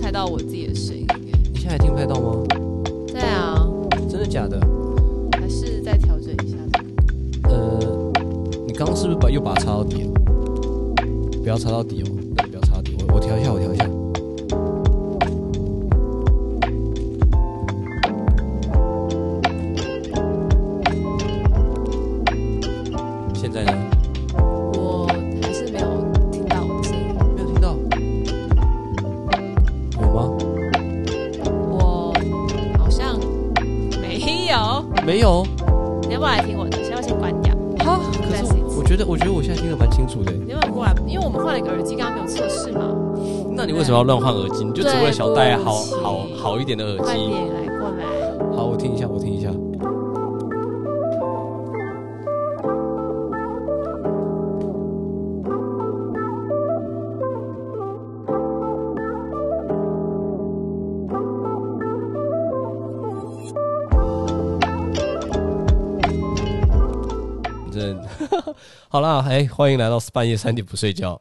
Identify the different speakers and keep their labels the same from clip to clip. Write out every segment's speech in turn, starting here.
Speaker 1: 拍到我自己的声音。
Speaker 2: 你现在已经拍到吗？
Speaker 1: 对啊，
Speaker 2: 真的假的？
Speaker 1: 还是再调整一下。
Speaker 2: 呃，你刚刚是不是把又把它插到底了？不要插到底哦，那你不要插到底，我我调一下，我调一下。现在呢？
Speaker 1: 我还是没有听到我声音。
Speaker 2: 没有听到？有吗？
Speaker 1: 我好像没有。
Speaker 2: 没有。
Speaker 1: 你要不要来听我的？先要先关掉。
Speaker 2: 哈，可
Speaker 1: 再
Speaker 2: 是
Speaker 1: 试一
Speaker 2: 我
Speaker 1: 次
Speaker 2: 我觉得，我觉得我现在听得蛮清楚的。
Speaker 1: 你要不要过来？因为我们换了一个耳机，刚刚没有测试嘛。
Speaker 2: 那你为什么要乱换耳机？你就只为了想戴好
Speaker 1: 嗯对不起
Speaker 2: 好好一点的耳
Speaker 1: 快
Speaker 2: 机。
Speaker 1: 点来过来。
Speaker 2: 好，我听一下，我听一下。真 的好啦，哎、欢迎来到半夜三点不睡觉。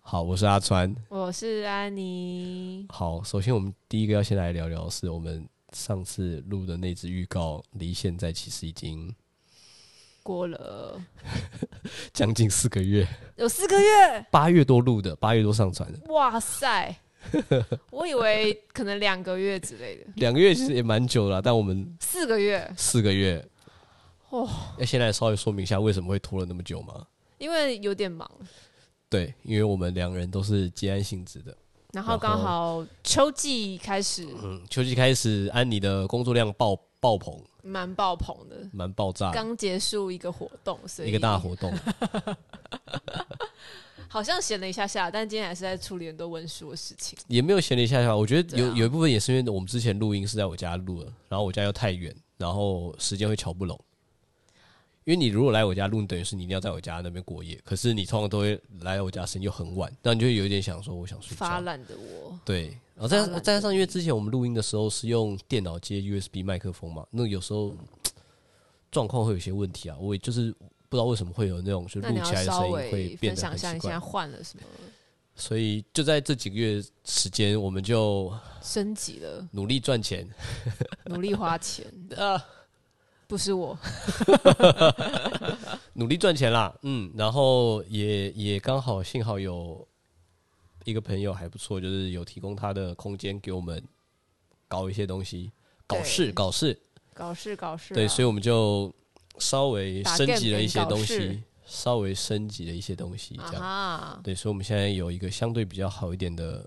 Speaker 2: 好，我是阿川。
Speaker 1: 我是安妮。
Speaker 2: 好，首先我们第一个要先来聊聊，是我们上次录的那支预告，离现在其实已经
Speaker 1: 过了
Speaker 2: 将近四个月，
Speaker 1: 有四个月，
Speaker 2: 八月多录的，八月多上传的，
Speaker 1: 哇 塞！我以为可能两个月之类的，
Speaker 2: 两个月其实也蛮久了啦，但我们
Speaker 1: 四个月
Speaker 2: 四个月。
Speaker 1: 哦，
Speaker 2: 要先来稍微说明一下为什么会拖了那么久吗？
Speaker 1: 因为有点忙，
Speaker 2: 对，因为我们两个人都是接案性质的。
Speaker 1: 然后刚好秋季开始
Speaker 2: 嗯，秋季开始，安妮的工作量爆爆棚，
Speaker 1: 蛮爆棚的，
Speaker 2: 蛮爆炸的，
Speaker 1: 刚结束一个活动，所以
Speaker 2: 啊一个大活动。
Speaker 1: 好像闲了一下下，但今天还是在处理很多文书的事情。
Speaker 2: 也没有闲了一下下，我觉得有、
Speaker 1: 对啊
Speaker 2: 有一部分也是因为我们之前录音是在我家录的，然后我家又太远，然后时间会瞧不拢。因为你如果来我家录，你等于是你一定要在我家那边过夜，可是你通常都会来我家时间又很晚，那你就会有一点想说我想睡
Speaker 1: 发
Speaker 2: 觉。
Speaker 1: 懒的我，
Speaker 2: 对，然后再
Speaker 1: 发懒
Speaker 2: 再加上因为之前我们录音的时候是用电脑接 USB 麦克风嘛，那有时候状况会有一些问题啊，我也就是不知道为什么会有那种就
Speaker 1: 那
Speaker 2: 录
Speaker 1: 你
Speaker 2: 起来
Speaker 1: 要
Speaker 2: 的
Speaker 1: 稍
Speaker 2: 声音会
Speaker 1: 微分
Speaker 2: 变得
Speaker 1: 享
Speaker 2: 很
Speaker 1: 一下
Speaker 2: 奇
Speaker 1: 你现
Speaker 2: 怪
Speaker 1: 在，换了什么
Speaker 2: 所以就在这几个月时间，我们就
Speaker 1: 升级了，
Speaker 2: 努力赚钱。
Speaker 1: 努力花钱，
Speaker 2: 啊，
Speaker 1: 不是我，
Speaker 2: 努力赚钱啦，嗯，然后也也刚好幸好有一个朋友还不错，就是有提供他的空间给我们搞一些东西，搞
Speaker 1: 对
Speaker 2: 事搞事，
Speaker 1: 搞事搞事啊、
Speaker 2: 对，所以我们就稍微
Speaker 1: 打
Speaker 2: 升
Speaker 1: game
Speaker 2: 级了
Speaker 1: 边
Speaker 2: 一些
Speaker 1: 搞
Speaker 2: 东
Speaker 1: 事
Speaker 2: 西，稍微升级了一些东西，这样，
Speaker 1: 啊哈，
Speaker 2: 对，所以我们现在有一个相对比较好一点的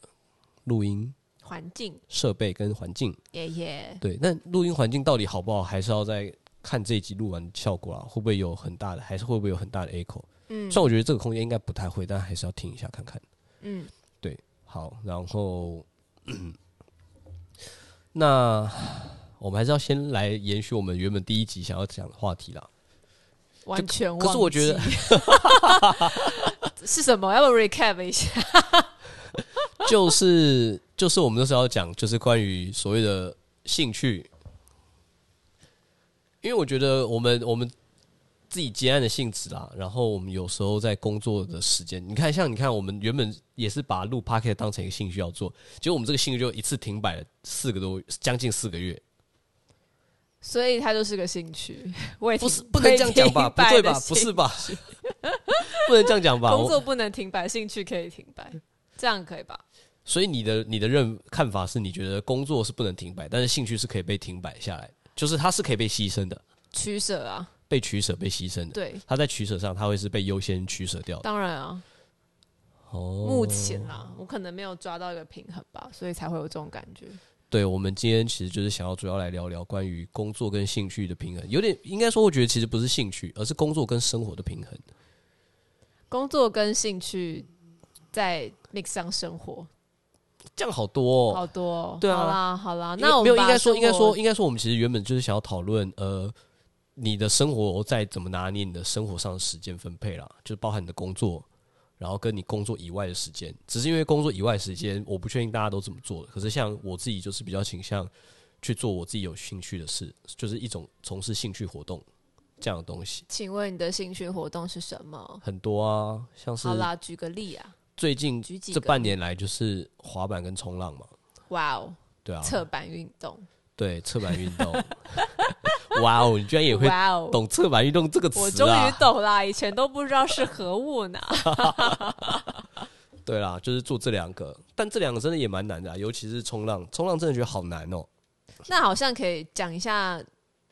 Speaker 2: 录音
Speaker 1: 环境
Speaker 2: 设备跟环境，
Speaker 1: 耶耶，
Speaker 2: 对，那录音环境到底好不好，还是要再看这一集录完效果啊，会不会有很大的，还是会不会有很大的 echo？
Speaker 1: 嗯
Speaker 2: 虽然我觉得这个空间应该不太会，但还是要听一下看看。
Speaker 1: 嗯，
Speaker 2: 好，然后， 嗯那我们还是要先来延续我们原本第一集想要讲的话题啦。
Speaker 1: 完全忘记。
Speaker 2: 可是我觉得
Speaker 1: 是什么？要不要 recap 一下？
Speaker 2: 就是就是我们那时候要讲，就是关于所谓的兴趣，因为我觉得我们我们自己接案的性质啦，然后我们有时候在工作的时间，你看像你看，我们原本也是把录 p o c k e t 当成一个兴趣要做，结果我们这个兴趣就一次停摆了四个多，将近四个月，
Speaker 1: 所以它就是个兴趣， 我也
Speaker 2: 不
Speaker 1: 挺
Speaker 2: 是不能这样讲吧？不 对吧？不，
Speaker 1: 我也挺明白的兴
Speaker 2: 是吧？不能这样讲 吧？
Speaker 1: 工
Speaker 2: 我
Speaker 1: 作不能停摆，兴趣可以停摆，这样可以吧？
Speaker 2: 所以你的你的认看法是，你觉得工作是不能停摆，但是兴趣是可以被停摆下来，就是它是可以被牺牲的，
Speaker 1: 取舍啊，
Speaker 2: 被取舍、被牺牲的。
Speaker 1: 对，
Speaker 2: 它在取舍上，它会是被优先取舍掉的。
Speaker 1: 当然啊，
Speaker 2: 哦，
Speaker 1: 目前啊，我可能没有抓到一个平衡吧，所以才会有这种感觉。
Speaker 2: 对，我们今天其实就是想要主要来聊聊关于工作跟兴趣的平衡，有点应该说，我觉得其实不是兴趣，而是工作跟生活的平衡。
Speaker 1: 工作跟兴趣在 mix 上生活，
Speaker 2: 这样好多、哦，
Speaker 1: 好多、哦。
Speaker 2: 对啊
Speaker 1: 好啦，好啦，
Speaker 2: 应该
Speaker 1: 那我
Speaker 2: 没有
Speaker 1: 们
Speaker 2: 应
Speaker 1: 把
Speaker 2: 该说
Speaker 1: 生
Speaker 2: 应该
Speaker 1: 活
Speaker 2: 说应该说，我们其实原本就是想要讨论呃，你的生活在怎么拿捏你的生活上的时间分配啦，就是包含你的工作，然后跟你工作以外的时间。只是因为工作以外的时间，我不确定大家都怎么做的。可是像我自己就是比较倾向去做我自己有兴趣的事，就是一种从事兴趣活动这样的东西
Speaker 1: 请问你的兴趣活动是什么？
Speaker 2: 很多啊，像是
Speaker 1: 好啦，举个例啊，
Speaker 2: 最近
Speaker 1: 举几
Speaker 2: 这
Speaker 1: 个
Speaker 2: 半年来就是滑板跟冲浪嘛，
Speaker 1: 哇哦，
Speaker 2: 对啊，
Speaker 1: 侧板运动，
Speaker 2: 对侧板运动， 哇哦，你居然也会
Speaker 1: 哇哦，
Speaker 2: 懂侧板运动这个
Speaker 1: 我
Speaker 2: 词
Speaker 1: 终于
Speaker 2: 啊？
Speaker 1: 懂啦，以前都不知道是何物 呢。
Speaker 2: 对啦，就是做这两个，但这两个真的也蛮难的、啊，尤其是冲浪，冲浪真的觉得好难哦、
Speaker 1: 那好像可以讲一下，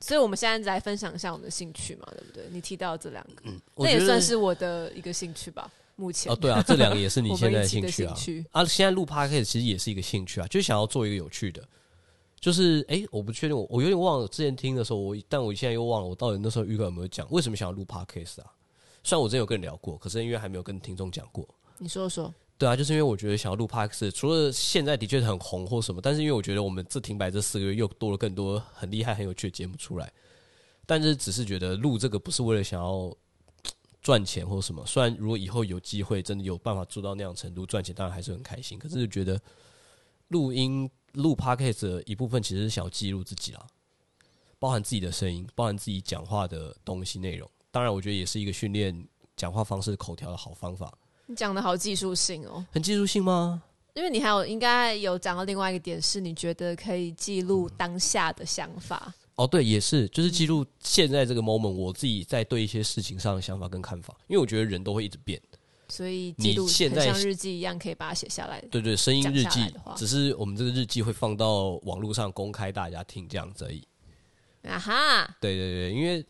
Speaker 1: 所以我们现在来分享一下我们的兴趣嘛，对不对？你提到这两个，
Speaker 2: 我
Speaker 1: 那也
Speaker 2: 觉得
Speaker 1: 算是我的一个兴趣吧。目前
Speaker 2: 哦，对啊，这两个也是你
Speaker 1: 我
Speaker 2: 现
Speaker 1: 们
Speaker 2: 在
Speaker 1: 一起的
Speaker 2: 趣啊
Speaker 1: 兴。趣
Speaker 2: 啊，现在录 podcast 其实也是一个兴趣啊，就是想要做一个有趣的。就是哎、诶我不确定，我我有点忘了之前听的时候，我但我现在又忘了我到底那时候预告有没有讲为什么想要录 podcast 啊？虽然我之前有跟你聊过，可是因为还没有跟听众讲过。
Speaker 1: 你说说，
Speaker 2: 对啊，就是因为我觉得想要录 podcast，除了现在的确很红或什么，但是因为我觉得我们这停摆这四个月又多了更多很厉害很有趣的节目出来，但是只是觉得录这个不是为了想要赚钱或什么，虽然如果以后有机会真的有办法做到那样程度赚钱，当然还是很开心，可是觉得录音录 podcast 的一部分其实是想要记录自己啦，包含自己的声音，包含自己讲话的东西内容，当然我觉得也是一个训练讲话方式口条的好方法，
Speaker 1: 你讲的好技术性哦，
Speaker 2: 很技术性吗？
Speaker 1: 因为你还有应该有讲到另外一个点是，你觉得可以记录当下的想法。
Speaker 2: 哦，对，也是，就是
Speaker 1: 嗯
Speaker 2: 记录现在这个 moment，我自己在对一些事情上的想法跟看法，因为我觉得人都会一直变。
Speaker 1: 所以记录
Speaker 2: 你现
Speaker 1: 很
Speaker 2: 在
Speaker 1: 像日记一样，可以把它写下来。
Speaker 2: 对对，声音
Speaker 1: 讲
Speaker 2: 日
Speaker 1: 下来
Speaker 2: 记
Speaker 1: 的话，
Speaker 2: 只是我们这个日记会放到网络上公开大家听这样子而已。
Speaker 1: 啊哈，
Speaker 2: 对对对，因为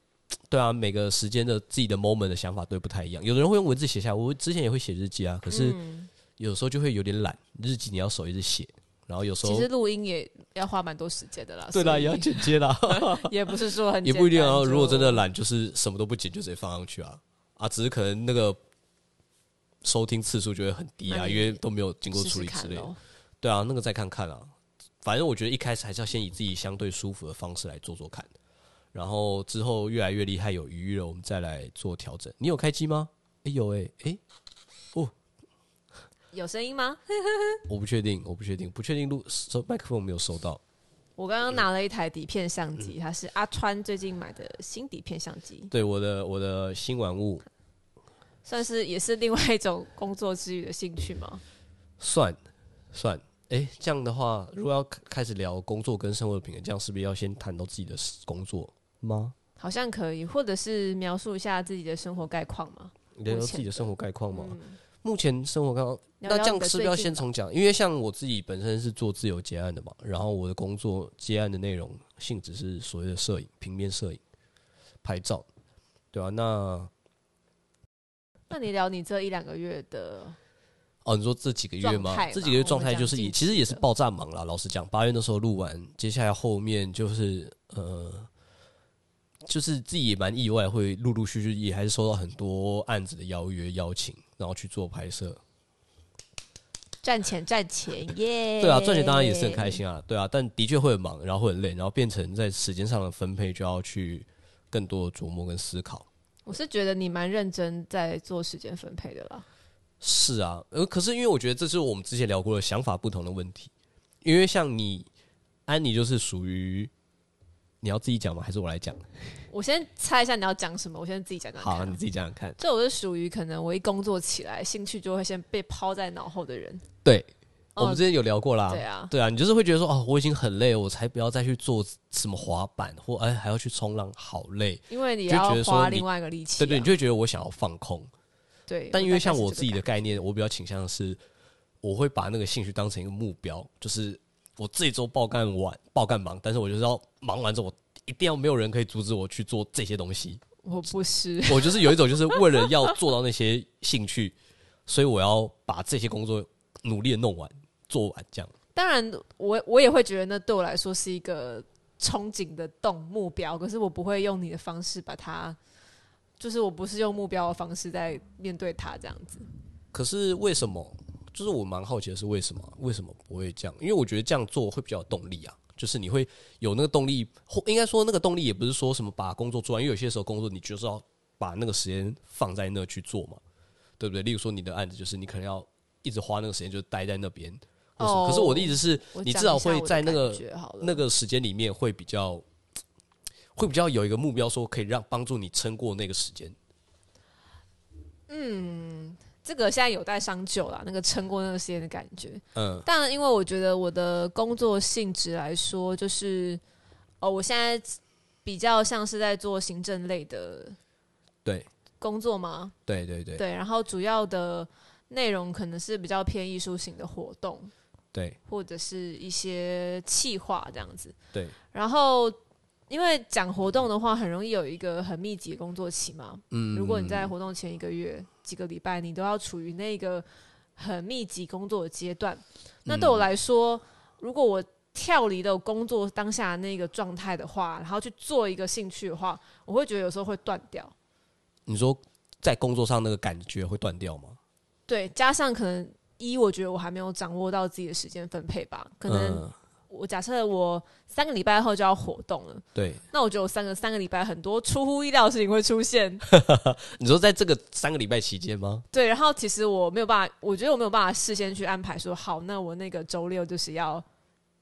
Speaker 2: 对啊，每个时间的自己的 moment 的想法都不太一样。有的人会用文字写下来，我之前也会写日记啊，可是
Speaker 1: 嗯
Speaker 2: 有时候就会有点懒，日记你要手一直写，然后有时
Speaker 1: 其
Speaker 2: 候
Speaker 1: 实录音也要花蛮多时间的啦。
Speaker 2: 对啦，
Speaker 1: 所以
Speaker 2: 也要剪 接啦。
Speaker 1: 也不是说很
Speaker 2: 也不一定
Speaker 1: 简
Speaker 2: 啊。
Speaker 1: 单就
Speaker 2: 如果真的懒，就是什么都不剪就直接放上去啊啊，只是可能那个收听次数就会很低啊，
Speaker 1: 那你
Speaker 2: 因为都没有经过
Speaker 1: 试
Speaker 2: 处
Speaker 1: 试
Speaker 2: 理之
Speaker 1: 看
Speaker 2: 类的
Speaker 1: 咯。。
Speaker 2: 对啊，那个再看看啊。反正我觉得一开始还是要先以自己相对舒服的方式来做做看，然后之后越来越厉害有余裕了，我们再来做调整。你有开机吗？哎、有哎、哎、
Speaker 1: 有声音吗？
Speaker 2: 我不确定，我不确定，不确定录收麦克风有没有收到。
Speaker 1: 我刚刚拿了一台底片相机，
Speaker 2: 嗯
Speaker 1: 它是阿川最近买的新底片相机，
Speaker 2: 对，我的我的新玩物
Speaker 1: 算是也是另外一种工作之余的兴趣嘛。
Speaker 2: 算算，哎、这样的话，如果要开开始聊工作跟生活的平衡，这样是不是要先谈到自己的工作吗？
Speaker 1: 好像可以，或者是描述一下自己的生活概况嘛。
Speaker 2: 聊聊
Speaker 1: 目
Speaker 2: 自己
Speaker 1: 前
Speaker 2: 的
Speaker 1: 的
Speaker 2: 生活概况吗？目前生活概况，那
Speaker 1: 聊聊
Speaker 2: 这样
Speaker 1: 你的
Speaker 2: 是不是要
Speaker 1: 最
Speaker 2: 先
Speaker 1: 近吧
Speaker 2: 从讲？因为像我自己本身是做自由结案的嘛，然后我的工作接案的内容性质是所谓的摄影、平面摄影、拍照，对吧、啊那
Speaker 1: 那你聊你这一两个月的，
Speaker 2: 哦，你说这几个月吗
Speaker 1: 状态？吧
Speaker 2: 这几个月状态就是
Speaker 1: 我
Speaker 2: 也
Speaker 1: 们讲
Speaker 2: 其实也是
Speaker 1: 近期的
Speaker 2: 爆炸忙啦。老实讲，八月那时候录完，接下来后面就是呃，就是自己也蛮意外，会陆陆续续也还是收到很多案子的邀约邀请，然后去做拍摄。
Speaker 1: 赚钱赚钱耶！
Speaker 2: 对啊，赚钱当然也是很开。心啊，对啊，但的确会很忙，然后会很累，然后变成在时间上的分配就要去更多的琢磨跟思考。
Speaker 1: 我是觉得你蛮认真在做时间分配的啦。
Speaker 2: 是啊，呃，可是因为我觉得这是我们之前聊过的想法不同的问题，因为像你安妮就是属于你要自己讲吗？还是我来讲？
Speaker 1: 我先猜一下你要讲什么，我先自己讲讲
Speaker 2: 好啊，
Speaker 1: 嗯看
Speaker 2: 你
Speaker 1: 啊。
Speaker 2: 自己讲讲看。
Speaker 1: 这我是属于可能我一工作起来，兴趣就会先被抛在脑后的人。
Speaker 2: 对，
Speaker 1: 哦
Speaker 2: 我们之前有聊过啦。
Speaker 1: 对啊，
Speaker 2: 对啊，你就是会觉得说，哦，我已经很累了，我才不要再去做什么滑板，或哎还要去冲浪，好累。
Speaker 1: 因为你
Speaker 2: 就觉
Speaker 1: 要
Speaker 2: 得说
Speaker 1: 花
Speaker 2: 你
Speaker 1: 另外一个力气啊、
Speaker 2: 对对，你就会觉得我想要放空，
Speaker 1: 对
Speaker 2: 但因为像我
Speaker 1: 大概是这个
Speaker 2: 自己的
Speaker 1: 感
Speaker 2: 概念，我比较倾向的是，我会把那个兴趣当成一个目标，就是我这一周爆干完爆干忙，但是我就是要忙完之后，我一定要没有人可以阻止我去做这些 东西。
Speaker 1: 觉我不是，
Speaker 2: 我就是有一种就是为了要做到那些兴趣，所以我要把这些工作努力的弄完做完这样。
Speaker 1: 当然我我也会觉得那对我来说是一个憧憬的动目标，可是我不会用你的方式把它，就是我不是用目标的方式在面对它这样子。
Speaker 2: 可是为什么？就是我蛮好奇的是为什么？为什么不会这样？因为我觉得这样做会比较有动力啊，就是你会有那个动力，或应该说那个动力也不是说什么把工作做完，因为有些时候工作你就是要把那个时间放在那去做嘛，对不对？例如说你的案子就是你可能要一直花那个时间就待在那边，或什么
Speaker 1: 哦
Speaker 2: 可是我的意思是
Speaker 1: 我
Speaker 2: 你
Speaker 1: 讲
Speaker 2: 至少
Speaker 1: 一下
Speaker 2: 会
Speaker 1: 我的
Speaker 2: 在那
Speaker 1: 感
Speaker 2: 个
Speaker 1: 觉好了
Speaker 2: 那个时间里面会比较。会比较有一个目标，说可以让帮助你撑过那个时间。
Speaker 1: 这个现在有待商榷啦，那个撑过那个时间的感觉。
Speaker 2: 嗯
Speaker 1: 但因为我觉得我的工作性质来说，就是哦，我现在比较像是在做行政类的
Speaker 2: 对
Speaker 1: 工作嘛，
Speaker 2: 对对对
Speaker 1: 对，然后主要的内容可能是比较偏艺术型的活动，
Speaker 2: 对
Speaker 1: 或者是一些企划这样子。
Speaker 2: 对，
Speaker 1: 然后因为讲活动的话，很容易有一个很密集的工作期嘛。
Speaker 2: 嗯，
Speaker 1: 如果你在活动前一个月、几个礼拜，你都要处于那个很密集工作的阶段，那对我
Speaker 2: 嗯
Speaker 1: 来说，如果我跳离了工作当下那个状态的话，然后去做一个兴趣的话，我会觉得有时候会断掉。
Speaker 2: 你说在工作上那个感觉会断掉吗？
Speaker 1: 对，加上可能一，我觉得我还没有掌握到自己的时间分配吧。可能
Speaker 2: 嗯、
Speaker 1: 我假设我三个礼拜后就要活动了，
Speaker 2: 对，
Speaker 1: 那我觉得我三个三个礼拜很多出乎意料的事情会出现。
Speaker 2: 你说在这个三个礼拜期间吗？
Speaker 1: 对，然后其实我没有办法，我觉得我没有办法事先去安排说好，那我那个周六就是要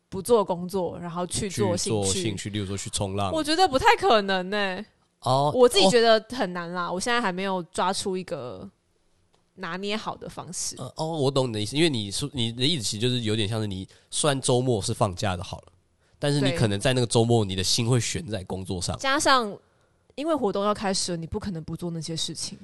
Speaker 1: 不做工作，然后去
Speaker 2: 去
Speaker 1: 做
Speaker 2: 做
Speaker 1: 兴趣。
Speaker 2: 兴趣，例如说去冲浪。
Speaker 1: 我觉得不太可能呢、
Speaker 2: 哦
Speaker 1: 我自己
Speaker 2: 得、
Speaker 1: 觉得很难啦，我现在还没有抓出一个拿捏好的方式。
Speaker 2: 呃哦，我懂你的意思，因为你说你的意思其实就是有点像是你虽然周末是放假的好了，但是你
Speaker 1: 对
Speaker 2: 可能在那个周末你的心会悬在工作上。
Speaker 1: 加上因为活动要开始了，你不可能不做那些事情。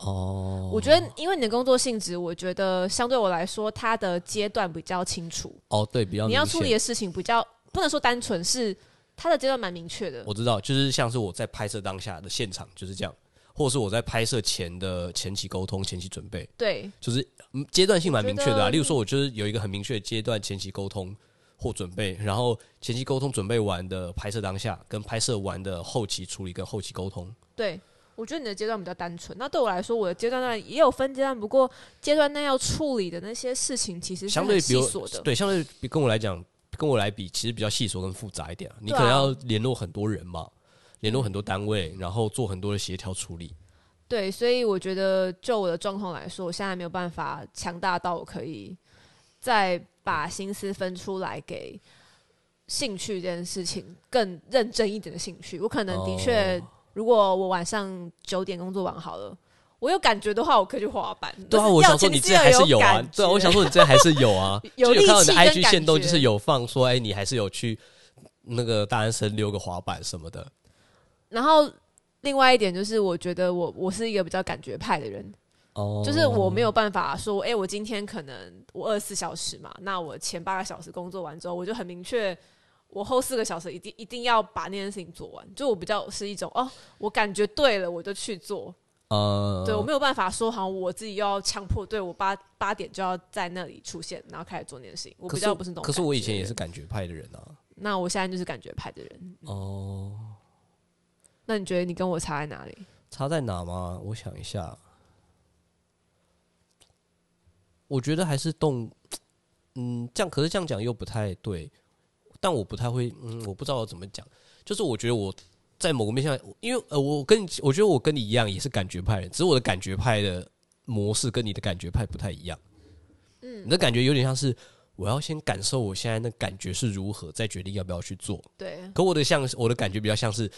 Speaker 2: 哦，
Speaker 1: 我觉得，因为你的工作性质，我觉得相对我来说，它的阶段比较清楚，
Speaker 2: 哦对，比较
Speaker 1: 你要
Speaker 2: 明显
Speaker 1: 处理的事情比较不能说单纯，是它的阶段蛮明确的。
Speaker 2: 我知道，就是像是我在拍摄当下的现场就是这样，或者是我在拍摄前的前期沟通、前期准备，
Speaker 1: 对，
Speaker 2: 就是嗯阶段性蛮明确的
Speaker 1: 我觉
Speaker 2: 啊。
Speaker 1: 得
Speaker 2: 例如说，我就是有一个很明确的阶段，前期沟通或准备，然后前期沟通准备完的拍摄当下，跟拍摄完的后期处理跟后期沟通。
Speaker 1: 对，我觉得你的阶段比较单纯。那对我来说，我的阶段内也有分阶段，不过阶段内要处理的那些事情，其实是
Speaker 2: 相
Speaker 1: 很
Speaker 2: 对比
Speaker 1: 细
Speaker 2: 如
Speaker 1: 琐的。
Speaker 2: 对，相对比跟我来讲，跟我来比，其实比较细琐跟复杂一点、啊。你
Speaker 1: 对
Speaker 2: 可
Speaker 1: 啊
Speaker 2: 能要联络很多人嘛，联络很多单位，然后做很多的协调处理。
Speaker 1: 对，所以我觉得就我的状况来说，我现在没有办法强大到我可以再把心思分出来给兴趣这件事情更认真一点的兴趣。我可能的确，
Speaker 2: 哦
Speaker 1: 如果我晚上九点工作完好了。我有感觉的话，我可以去滑板。
Speaker 2: 对
Speaker 1: 但
Speaker 2: 啊，
Speaker 1: 是
Speaker 2: 我
Speaker 1: 要
Speaker 2: 想说
Speaker 1: 前
Speaker 2: 你
Speaker 1: 提
Speaker 2: 之前还是有啊
Speaker 1: 感，
Speaker 2: 对啊，
Speaker 1: 觉，
Speaker 2: 我想说你之前还是有啊
Speaker 1: 有
Speaker 2: 就看到你的
Speaker 1: 力气跟
Speaker 2: IG 线动，
Speaker 1: 感觉
Speaker 2: 就是有放说，哎，你还是有去那个大安森溜个滑板什么的，
Speaker 1: 然后另外一点就是，我觉得我我是一个比较感觉派的人，
Speaker 2: 哦
Speaker 1: 就是我没有办法说，哎、我今天可能我二十四小时嘛，那我前八个小时工作完之后，我就很明确，我后四个小时一定一定要把那件事情做完。就我比较是一种哦，我感觉对了，我就去做。
Speaker 2: 呃，
Speaker 1: 对我没有办法说，好像我自己又要强迫，对我八八点就要在那里出现，然后开始做那件事情。我
Speaker 2: 可
Speaker 1: 比
Speaker 2: 是
Speaker 1: 较不是那种
Speaker 2: 可是我以前
Speaker 1: 感觉
Speaker 2: 也是，感觉派的人啊，
Speaker 1: 那我现在就是感觉派的人。
Speaker 2: 哦，
Speaker 1: 那你觉得你跟我差在哪里？
Speaker 2: 差在哪吗？我想一下，我觉得还是动，嗯，这样可是这样讲又不太对，但我不太会，嗯，我不知道怎么讲，就是我觉得我在某个面向，因为呃，我跟你，我觉得我跟你一样也是感觉派人，只是我的感觉派的模式跟你的感觉派不太一样，嗯，你的感觉有点像是我要先感受我现在的感觉是如何，再决定要不要去做，
Speaker 1: 对，
Speaker 2: 可我的像我的感觉比较像是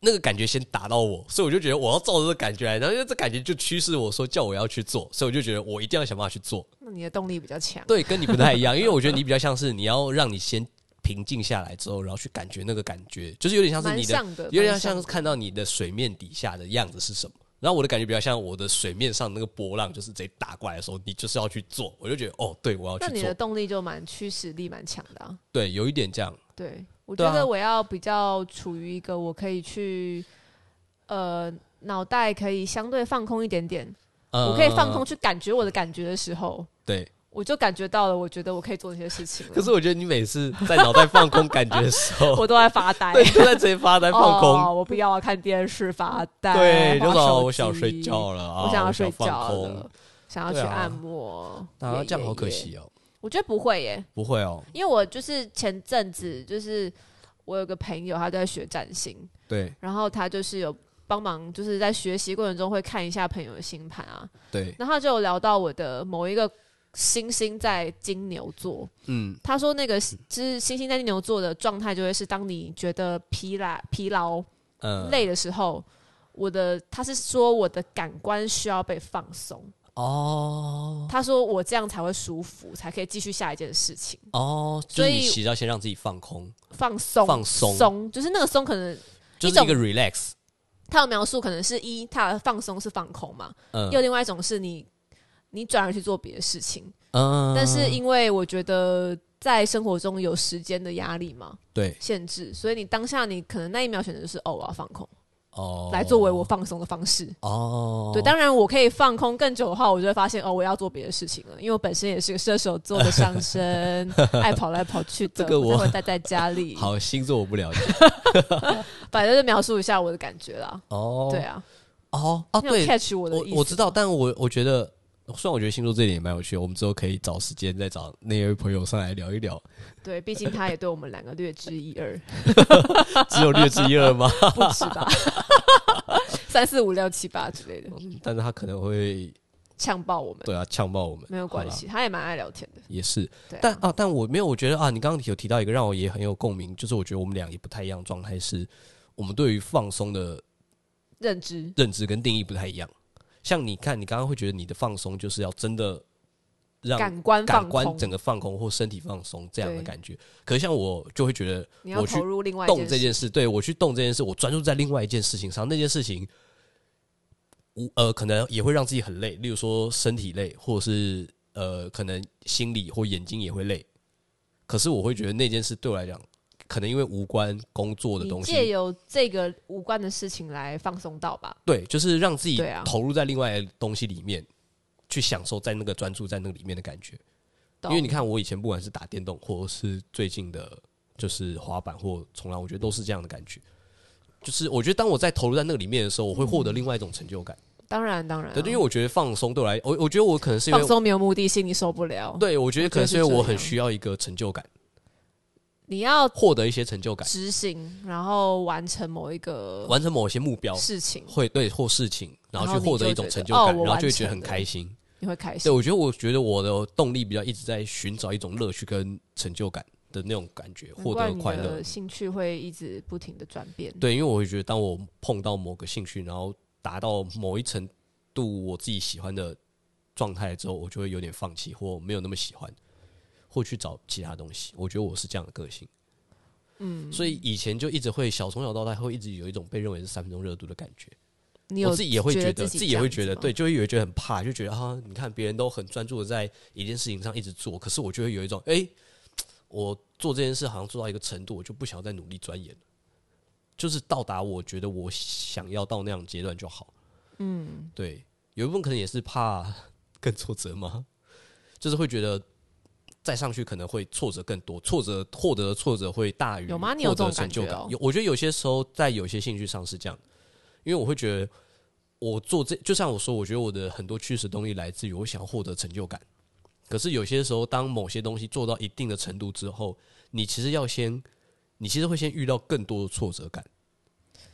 Speaker 2: 那个感觉先打到我，所以我就觉得我要照着这个感觉来，然后因为这感觉就驱使我说叫我要去做，所以我就觉得我一定要想办法去做。
Speaker 1: 那你的动力比较强。
Speaker 2: 对，跟你不太一样，因为我觉得你比较像是你要让你先平静下来之后，然后去感觉那个感觉，就是有点像是
Speaker 1: 蛮
Speaker 2: 你的，
Speaker 1: 像的，
Speaker 2: 有点
Speaker 1: 蛮
Speaker 2: 像
Speaker 1: 的
Speaker 2: 是看到你的水面底下的样子是什么。然后我的感觉比较像我的水面上那个波浪，就是直接打过来的时候，你就是要去做，我就觉得哦，对我要
Speaker 1: 那
Speaker 2: 去
Speaker 1: 你的
Speaker 2: 做，
Speaker 1: 动力就蛮驱使力蛮强的、啊。
Speaker 2: 对，有一点这样，
Speaker 1: 对，我
Speaker 2: 对
Speaker 1: 觉
Speaker 2: 啊
Speaker 1: 得我要比较处于一个我可以去，呃，脑袋可以相对放空一点点，
Speaker 2: 嗯
Speaker 1: 我可以放空，去感觉我的感觉的时候，
Speaker 2: 对，
Speaker 1: 我就感觉到了，我觉得我可以做这些事情了。
Speaker 2: 可是我觉得你每次在脑袋放空感觉的时候，
Speaker 1: 我都在发呆，
Speaker 2: 对，你就在直接发呆放
Speaker 1: 哦
Speaker 2: 空，
Speaker 1: 我不要啊看电视发呆，
Speaker 2: 对，就
Speaker 1: 滑
Speaker 2: 是哦
Speaker 1: 手
Speaker 2: 我想睡
Speaker 1: 机，
Speaker 2: 觉了啊，
Speaker 1: 我想要
Speaker 2: 要
Speaker 1: 睡觉
Speaker 2: 放
Speaker 1: 了
Speaker 2: 空，，
Speaker 1: 想要去
Speaker 2: 对啊
Speaker 1: 按摩。
Speaker 2: 啊，
Speaker 1: 耶
Speaker 2: 这样好可。
Speaker 1: 耶耶
Speaker 2: 惜哦，
Speaker 1: 我觉得不会耶、
Speaker 2: 不会哦，
Speaker 1: 因为我就是前阵子就是我有个朋友，他在学占星，
Speaker 2: 对
Speaker 1: 然后他就是有帮忙，就是在学习过程中会看一下朋友的星盘啊，
Speaker 2: 对，
Speaker 1: 然后他就有聊到我的某一个星星在金牛座，
Speaker 2: 嗯
Speaker 1: 他说那个就是星星在金牛座的状态，就会是当你觉得疲劳、疲劳、
Speaker 2: 嗯，
Speaker 1: 累的时候。我的他是说我的感官需要被放松，
Speaker 2: 哦
Speaker 1: 他说我这样才会舒服，才可以继续下一件事情，
Speaker 2: 哦，就
Speaker 1: 所
Speaker 2: 是
Speaker 1: 以
Speaker 2: 你其实要先让自己放空，
Speaker 1: 放松，
Speaker 2: 放松
Speaker 1: 松，就是那个松可能
Speaker 2: 就是
Speaker 1: 一
Speaker 2: 一
Speaker 1: 种
Speaker 2: 个 relax。
Speaker 1: 他的描述可能是一，他的放松是放空嘛，
Speaker 2: 嗯
Speaker 1: 又另外一种是你你转而去做别的事情，
Speaker 2: 嗯，
Speaker 1: 但是因为我觉得在生活中有时间的压力嘛
Speaker 2: 对
Speaker 1: 限制，所以你当下你可能那一秒选择就是哦我要放空，
Speaker 2: 哦
Speaker 1: 来作为我放松的方式。
Speaker 2: 哦，
Speaker 1: 对，当然我可以放空更久的话，我就会发现哦，我要做别的事情了，因为我本身也是个射手座的上 身，爱跑来跑去的，
Speaker 2: 这个我
Speaker 1: 不太会待在家里。
Speaker 2: 好星座我不了解
Speaker 1: 反正就描述一下我的感觉啦。
Speaker 2: 哦，
Speaker 1: 对啊，
Speaker 2: 哦哦
Speaker 1: 你有
Speaker 2: 对，
Speaker 1: catch 我的
Speaker 2: 我
Speaker 1: 意思
Speaker 2: 我知道，但我我觉得，虽然我觉得星座这一点也蛮有趣的，我们之后可以找时间再找那位朋友上来聊一 聊。
Speaker 1: 对，毕竟他也对我们两个略知一 二，
Speaker 2: 只有略知一二吗？
Speaker 1: 不止吧，三四五六七八之类的，
Speaker 2: 但是他可能会
Speaker 1: 呛爆我们
Speaker 2: 嗯对啊呛爆我们，
Speaker 1: 没有关系，他也蛮爱聊天的
Speaker 2: 好啦，。也是。
Speaker 1: 对啊、
Speaker 2: 但啊，但我没有，我觉得啊，你刚刚有提到一个让我也很有共鸣，就是我觉得我们俩也不太一样的状态是，我们对于放松的
Speaker 1: 认知
Speaker 2: 认知跟定义不太一样。像你看，你刚刚会觉得你的放松就是要真的让
Speaker 1: 感官
Speaker 2: 感
Speaker 1: 放
Speaker 2: 官
Speaker 1: 空，
Speaker 2: 整个放空或身体放松这样的
Speaker 1: 对
Speaker 2: 感觉，可是像我就会觉得
Speaker 1: 你要
Speaker 2: 我去
Speaker 1: 投入另外一
Speaker 2: 动这
Speaker 1: 事
Speaker 2: 件事，对我去动这件事，我专注在另外一件事情上，那件事情，无呃，可能也会让自己很累，例如说身体累，或者是呃，可能心理或眼睛也会累。可是我会觉得那件事对我来讲，可能因为无关工作的
Speaker 1: 你
Speaker 2: 东
Speaker 1: 借
Speaker 2: 西，
Speaker 1: 由这个无关的事情来放松到吧。
Speaker 2: 对，就是让自己
Speaker 1: 对啊
Speaker 2: 投入在另外的东西里面，去享受在那个专注在那个里面的感觉。因为
Speaker 1: 懂
Speaker 2: 你看，我以前不管是打电动，或者是最近的，就是滑板或冲浪，我觉得都是这样的感觉。就是我觉得当我在投入在那个里面的时候，我会获得另外一种成就感。
Speaker 1: 当然当然啊、
Speaker 2: 对，因为我觉得放松对我来，我我觉得我可能是因
Speaker 1: 放
Speaker 2: 为，
Speaker 1: 松没有目的性，你受不了。，
Speaker 2: 对我觉得可能是因
Speaker 1: 我
Speaker 2: 为
Speaker 1: 觉得是
Speaker 2: 我
Speaker 1: 这
Speaker 2: 很
Speaker 1: 样
Speaker 2: 需要一个成就感，
Speaker 1: 你要
Speaker 2: 获得一些成就感，
Speaker 1: 执行，然后完成某一个
Speaker 2: 完成某些目标，
Speaker 1: 事情，
Speaker 2: 会对或事情，然后
Speaker 1: 然
Speaker 2: 去
Speaker 1: 后你
Speaker 2: 获得
Speaker 1: 就
Speaker 2: 一种
Speaker 1: 觉
Speaker 2: 成
Speaker 1: 得
Speaker 2: 就
Speaker 1: 哦
Speaker 2: 感，
Speaker 1: 我
Speaker 2: 然后
Speaker 1: 完
Speaker 2: 就会觉得
Speaker 1: 成
Speaker 2: 很
Speaker 1: 了
Speaker 2: 开心。
Speaker 1: 你会开
Speaker 2: 对，
Speaker 1: 心。
Speaker 2: 我觉得我觉得我的动力比较一直在寻找一种乐趣跟成就感的那种感觉，获
Speaker 1: 难
Speaker 2: 得
Speaker 1: 怪
Speaker 2: 快
Speaker 1: 你
Speaker 2: 乐
Speaker 1: 的。兴趣会一直不停的转变。
Speaker 2: 对，因为我会觉得，当我碰到某个兴趣，然后达到某一程度我自己喜欢的状态之后，我就会有点放弃，或没有那么喜欢，或去找其他东西。我觉得我是这样的个性，嗯，所以以前就一直会小从小到大会一直有一种被认为是三分钟热度的感觉。
Speaker 1: 你有
Speaker 2: 我自己也会
Speaker 1: 觉
Speaker 2: 觉
Speaker 1: 得
Speaker 2: 得，
Speaker 1: 自己
Speaker 2: 自己也会觉
Speaker 1: 这
Speaker 2: 得，
Speaker 1: 样子吗
Speaker 2: 对，就会有觉得很怕，就觉得啊，你看别人都很专注的在一件事情上一直做，可是我就会有一种，哎、我做这件事好像做到一个程度，我就不想要再努力钻研了，就是到达我觉得我想要到那样的阶段就好。嗯，对，有一部分可能也是怕 更挫折嘛，就是会觉得。再上去可能会挫折更多，挫折获得的挫折会大于
Speaker 1: 有吗你有
Speaker 2: 获得
Speaker 1: 这种
Speaker 2: 成
Speaker 1: 感
Speaker 2: 就
Speaker 1: 觉
Speaker 2: 感
Speaker 1: 哦
Speaker 2: 有，我觉得有些时候在有些兴趣上是这样的，因为我会觉得我做这，就像我说，我觉得我的很多驱使动力来自于我想获得成就感。可是有些时候，当某些东西做到一定的程度之后，你其实要先，你其实会先遇到更多的挫折感。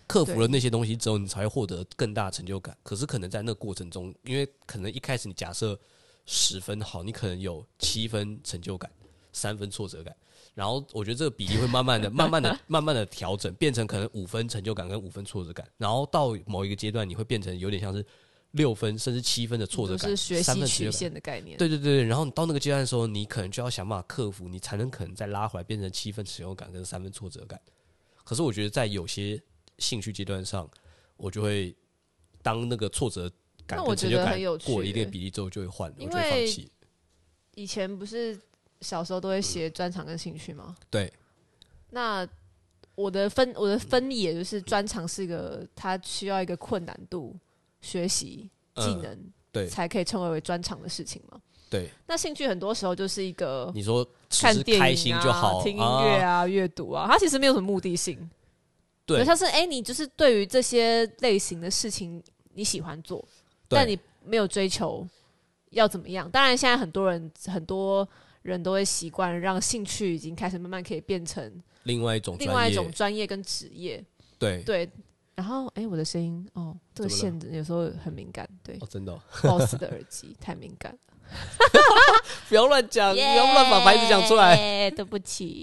Speaker 2: 克服了那些东西之后，你才会获得更大的成就感。可是可能在那个过程中，因为可能一开始你假设十分好，你可能有七分成就感，三分挫折感。然后我觉得这个比例会 慢慢的、慢慢的、慢慢的调整，变成可能五分成就感跟五分挫折感，然后到某一个阶段，你会变成有点像是六分甚至七分的挫折
Speaker 1: 就
Speaker 2: 感，
Speaker 1: 是学
Speaker 2: 三
Speaker 1: 习
Speaker 2: 分成就
Speaker 1: 曲
Speaker 2: 感
Speaker 1: 线的概念。
Speaker 2: 对对对，然后你到那个阶段的时候，你可能就要想办法克服，你才能可能再拉回来，变成七分使用感跟三分挫折感。可是我觉得在有些兴趣阶段上，我就会当那个挫折
Speaker 1: 那
Speaker 2: 感跟
Speaker 1: 我
Speaker 2: 成
Speaker 1: 觉
Speaker 2: 就
Speaker 1: 得
Speaker 2: 感
Speaker 1: 很有
Speaker 2: 过了
Speaker 1: 趣
Speaker 2: 一定
Speaker 1: 欸
Speaker 2: 比例之后，就会换，我
Speaker 1: 因
Speaker 2: 就会放
Speaker 1: 为
Speaker 2: 弃。
Speaker 1: 以前不是小时候
Speaker 2: 嗯
Speaker 1: 都会写专长跟兴趣吗？
Speaker 2: 对，
Speaker 1: 那我的分我的分野就是专长是一个它需要一个困难度、学习技
Speaker 2: 嗯
Speaker 1: 能，
Speaker 2: 对
Speaker 1: 才可以称为为专长的事情嘛。
Speaker 2: 对，
Speaker 1: 那兴趣很多时候就是一个
Speaker 2: 你说只
Speaker 1: 看
Speaker 2: 是
Speaker 1: 电影啊、
Speaker 2: 开心就好，
Speaker 1: 听音乐啊、阅读啊，它其实没有什么目的性。
Speaker 2: 对
Speaker 1: 可像是哎、诶你就是对于这些类型的事情你喜欢做，
Speaker 2: 对
Speaker 1: 但你没有追求要怎么样。当然，现在很多人很多人都会习惯让兴趣已经开始慢慢可以变成
Speaker 2: 另外一种
Speaker 1: 另
Speaker 2: 专
Speaker 1: 外一
Speaker 2: 业
Speaker 1: 种专业跟职业。
Speaker 2: 对
Speaker 1: 对，然后哎、诶我的声音哦，这个
Speaker 2: 怎么
Speaker 1: 线有时候很敏感，对
Speaker 2: 哦，真的哦、
Speaker 1: ，BOSS 的耳机太敏 感。
Speaker 2: 不要乱讲，啊不要乱把牌子讲出 来。
Speaker 1: 耶，对不起，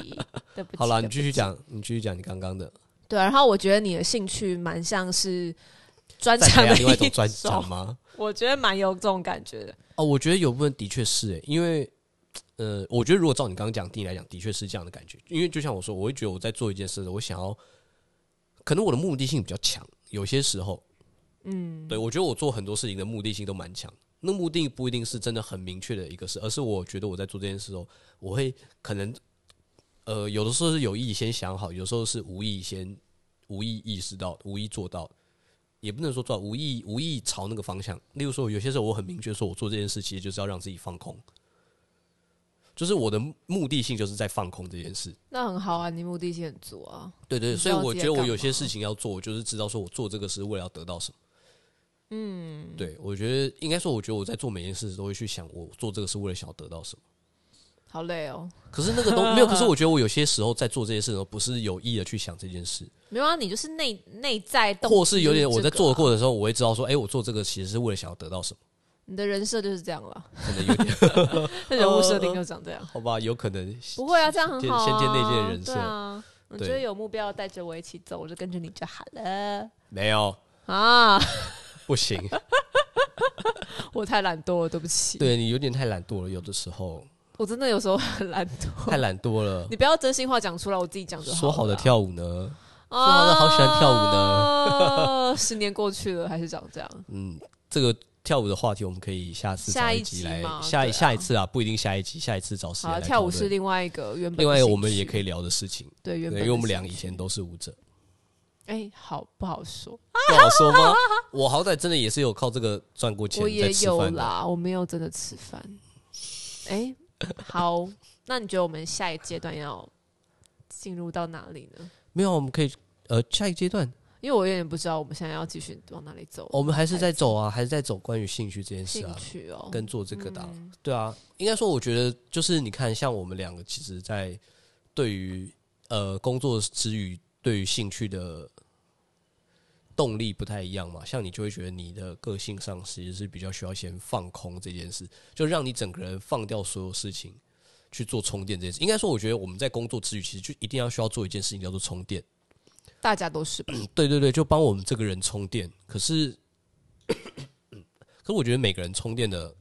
Speaker 1: 对不起。
Speaker 2: 好了，你
Speaker 1: 对
Speaker 2: 继
Speaker 1: 不
Speaker 2: 续
Speaker 1: 起
Speaker 2: 讲，你继续讲你刚刚的，
Speaker 1: 对啊，然后我觉得你的兴趣蛮像是专
Speaker 2: 再培
Speaker 1: 长
Speaker 2: 养
Speaker 1: 的
Speaker 2: 另外一
Speaker 1: 一
Speaker 2: 种专
Speaker 1: 种
Speaker 2: 长吗？
Speaker 1: 我觉得蛮有这种感觉的。
Speaker 2: 哦，我觉得有部分的确是、欸，因为呃，我觉得如果照你刚刚讲定义来讲，的确是这样的感觉。因为就像我说，我会觉得我在做一件事的时候，我想要，可能我的目的性比较强，有些时候，嗯，对我觉得我做很多事情的目的性都蛮强。那目的不一定是真的很明确的一个事，而是我觉得我在做这件事的时候，我会可能，呃，有的时候是有意先想好，有时候是无意先无意意识到，无意做到，也不能说做到无意无意朝那个方向。例如说，有些时候我很明确说，我做这件事其实就是要让自己放空，就是我的目的性就是在放空这件事。
Speaker 1: 那很好啊，你目的性很足啊。
Speaker 2: 对对，
Speaker 1: 你知
Speaker 2: 所以
Speaker 1: 道
Speaker 2: 我
Speaker 1: 自己在
Speaker 2: 觉得我
Speaker 1: 干
Speaker 2: 有
Speaker 1: 嘛
Speaker 2: 些事情要做，我就是知道说我做这个是为了要得到什么。嗯，对，我觉得应该说，我觉得我在做每件事都会去想，我做这个是为了想要得到什么。
Speaker 1: 好累哦，
Speaker 2: 可是那个都没有，可是我觉得我有些时候在做这些事的时候，不是有意的去想这件事，
Speaker 1: 没有啊，你就是内内在动机
Speaker 2: 或是有点
Speaker 1: 这个啊
Speaker 2: 我在做的过程中，我会知道说，哎、我做这个其实是为了想要得到什么，
Speaker 1: 你的人设就是这样 了，
Speaker 2: 可能有点
Speaker 1: 那人物设定就长这样。
Speaker 2: 好吧，有可能
Speaker 1: 不会啊，这样很好、啊。
Speaker 2: 哦先见内见的人设
Speaker 1: 对啊，我
Speaker 2: 对
Speaker 1: 觉得有目标带着我一起走，我就跟着你就好了
Speaker 2: 没有
Speaker 1: 啊！
Speaker 2: 不行，
Speaker 1: 我太懒惰了，对不起。，
Speaker 2: 对你有点太懒惰了，有的 时候
Speaker 1: 我真的有时候很懒惰。
Speaker 2: 太懒惰了。
Speaker 1: 你不要真心话讲出来，我自己讲就好。
Speaker 2: 说好的，跳舞呢？
Speaker 1: 啊、
Speaker 2: 说好的好喜欢跳舞
Speaker 1: 呢。 十年过去了，还是长这样。
Speaker 2: 嗯，这个跳舞的话题，我们可以下次
Speaker 1: 下
Speaker 2: 找
Speaker 1: 一
Speaker 2: 集
Speaker 1: 集
Speaker 2: 来
Speaker 1: 嘛
Speaker 2: 下
Speaker 1: 对啊
Speaker 2: 下一次啊，不一定下一集，下一次找时
Speaker 1: 好
Speaker 2: 间
Speaker 1: 啊，
Speaker 2: 来
Speaker 1: 跳舞是
Speaker 2: 讨论
Speaker 1: 另外一个原本的
Speaker 2: 另外我们
Speaker 1: 兴
Speaker 2: 也
Speaker 1: 趣
Speaker 2: 可以聊的事情，
Speaker 1: 对原
Speaker 2: 对，
Speaker 1: 本
Speaker 2: 因为我们
Speaker 1: 的
Speaker 2: 俩
Speaker 1: 兴
Speaker 2: 以前
Speaker 1: 趣
Speaker 2: 都是舞 者，
Speaker 1: 哎、好不好说？
Speaker 2: 不好说吗？我好歹真的也是有靠这个赚过钱
Speaker 1: 我
Speaker 2: 在
Speaker 1: 也
Speaker 2: 吃
Speaker 1: 有
Speaker 2: 饭的。
Speaker 1: 啦，我没有真的吃饭。哎、好，那你觉得我们下一阶段要进入到哪里呢？
Speaker 2: 没有，我们可以呃，下一阶段
Speaker 1: 因为我有点不知道我们现在要继续往哪里走。
Speaker 2: 我们还是在走啊，还是在走关于兴趣这件事
Speaker 1: 兴
Speaker 2: 啊，
Speaker 1: 趣哦，
Speaker 2: 跟做这个的啊、对啊，应该说，我觉得就是你看，像我们两个，其实，在对于呃工作之余，对于兴趣的动力不太一样嘛。像你就会觉得你的个性上其实是比较需要先放空这件事，就让你整个人放掉所有事情去做充电这件事。应该说，我觉得我们在工作之余，其实就一定要需要做一件事情，叫做充电。
Speaker 1: 大家都 是吧。
Speaker 2: 对对对，就帮我们这个人充电。可是， 可是我觉得每个人充电的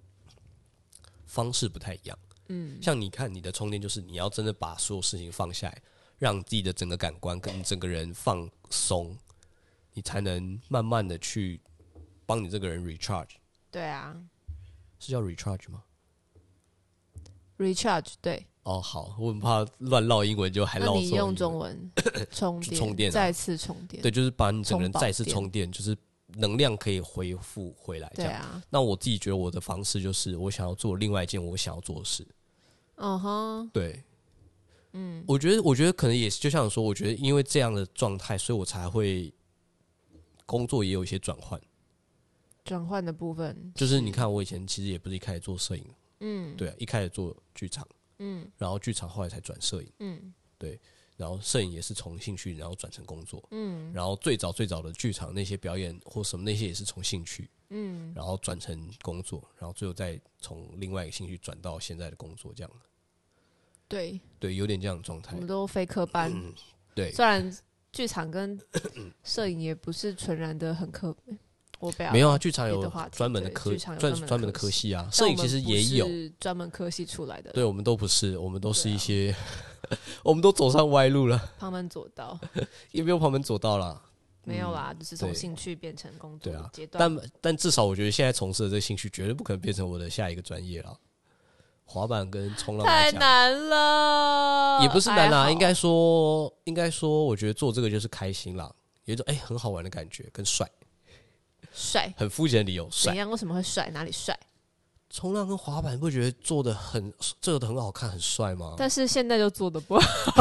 Speaker 2: 方式不太一样。嗯，像你看，你的充电就是你要真的把所有事情放下来，让自己的整个感官跟整个人放松，你才能慢慢的去帮你这个人 recharge，
Speaker 1: 对啊
Speaker 2: 是叫 recharge 吗？
Speaker 1: ，recharge 对。
Speaker 2: 哦，好，我很怕乱唠英文就还
Speaker 1: 那
Speaker 2: 唠
Speaker 1: 你
Speaker 2: 错
Speaker 1: 用
Speaker 2: 英
Speaker 1: 中
Speaker 2: 文
Speaker 1: 文充电，
Speaker 2: 充电啊
Speaker 1: 再次充电。
Speaker 2: 对，就是把你整个
Speaker 1: 充
Speaker 2: 人
Speaker 1: 饱
Speaker 2: 再次
Speaker 1: 电
Speaker 2: 充电，就是能量可以恢复回来这
Speaker 1: 对
Speaker 2: 样。
Speaker 1: 啊，
Speaker 2: 那我自己觉得我的方式就是，我想要做另外一件我想要做的事。
Speaker 1: 嗯哼，
Speaker 2: 对，嗯，我觉得，我觉得可能也是，就像你说，我觉得因为这样的状态，所以我才会工作也有一些转换。
Speaker 1: 转换的部分
Speaker 2: 就是你看，我以前其实也不是一开始做摄影，
Speaker 1: 嗯
Speaker 2: 对啊、一开始做剧场，
Speaker 1: 嗯
Speaker 2: 然后剧场后来才转摄影，
Speaker 1: 嗯
Speaker 2: 然后摄影也是从兴趣，然后转成工作。
Speaker 1: 嗯
Speaker 2: 然后最早最早的剧场那些表演或什么那些也是从兴趣，
Speaker 1: 嗯，
Speaker 2: 然后转成工作，然后最后再从另外一个兴趣转到现在的工作，这样
Speaker 1: 对，
Speaker 2: 对，有点这样的状态
Speaker 1: 我。们都非科班，
Speaker 2: 嗯对，
Speaker 1: 虽然剧场跟摄影也不是纯然的很科，我不要
Speaker 2: 没有啊，剧场有
Speaker 1: 别的话题
Speaker 2: 专门的
Speaker 1: 对
Speaker 2: 科，
Speaker 1: 剧场
Speaker 2: 专
Speaker 1: 有
Speaker 2: 专
Speaker 1: 专门
Speaker 2: 门
Speaker 1: 的
Speaker 2: 的科
Speaker 1: 科
Speaker 2: 系啊，
Speaker 1: 但
Speaker 2: 摄影
Speaker 1: 我
Speaker 2: 其
Speaker 1: 们
Speaker 2: 实
Speaker 1: 不
Speaker 2: 也有，
Speaker 1: 是专门科系出来的，
Speaker 2: 对我们都不是，我们都是
Speaker 1: 对啊
Speaker 2: 一些， 我们都走上歪路了，
Speaker 1: 旁门左道
Speaker 2: 也没有旁门左道啦。
Speaker 1: 没有啦，就是从
Speaker 2: 嗯对
Speaker 1: 兴趣变成工作
Speaker 2: 对啊
Speaker 1: 阶段。
Speaker 2: 但但至少我觉得现在从事的这个兴趣，绝对不可能变成我的下一个专业了。滑板跟冲浪来
Speaker 1: 太
Speaker 2: 讲，
Speaker 1: 难了，
Speaker 2: 也不是难
Speaker 1: 还
Speaker 2: 啦，
Speaker 1: 好
Speaker 2: 应该说应该说，我觉得做这个就是开心啦，有一种哎、很好玩的感觉，跟帅，
Speaker 1: 帅。
Speaker 2: 很肤浅的理由，帅
Speaker 1: 怎。样？为什么会帅？哪里帅？
Speaker 2: 冲浪跟滑板，你不觉得做的很做的很好看，很帅吗？
Speaker 1: 但是现在就做的不好，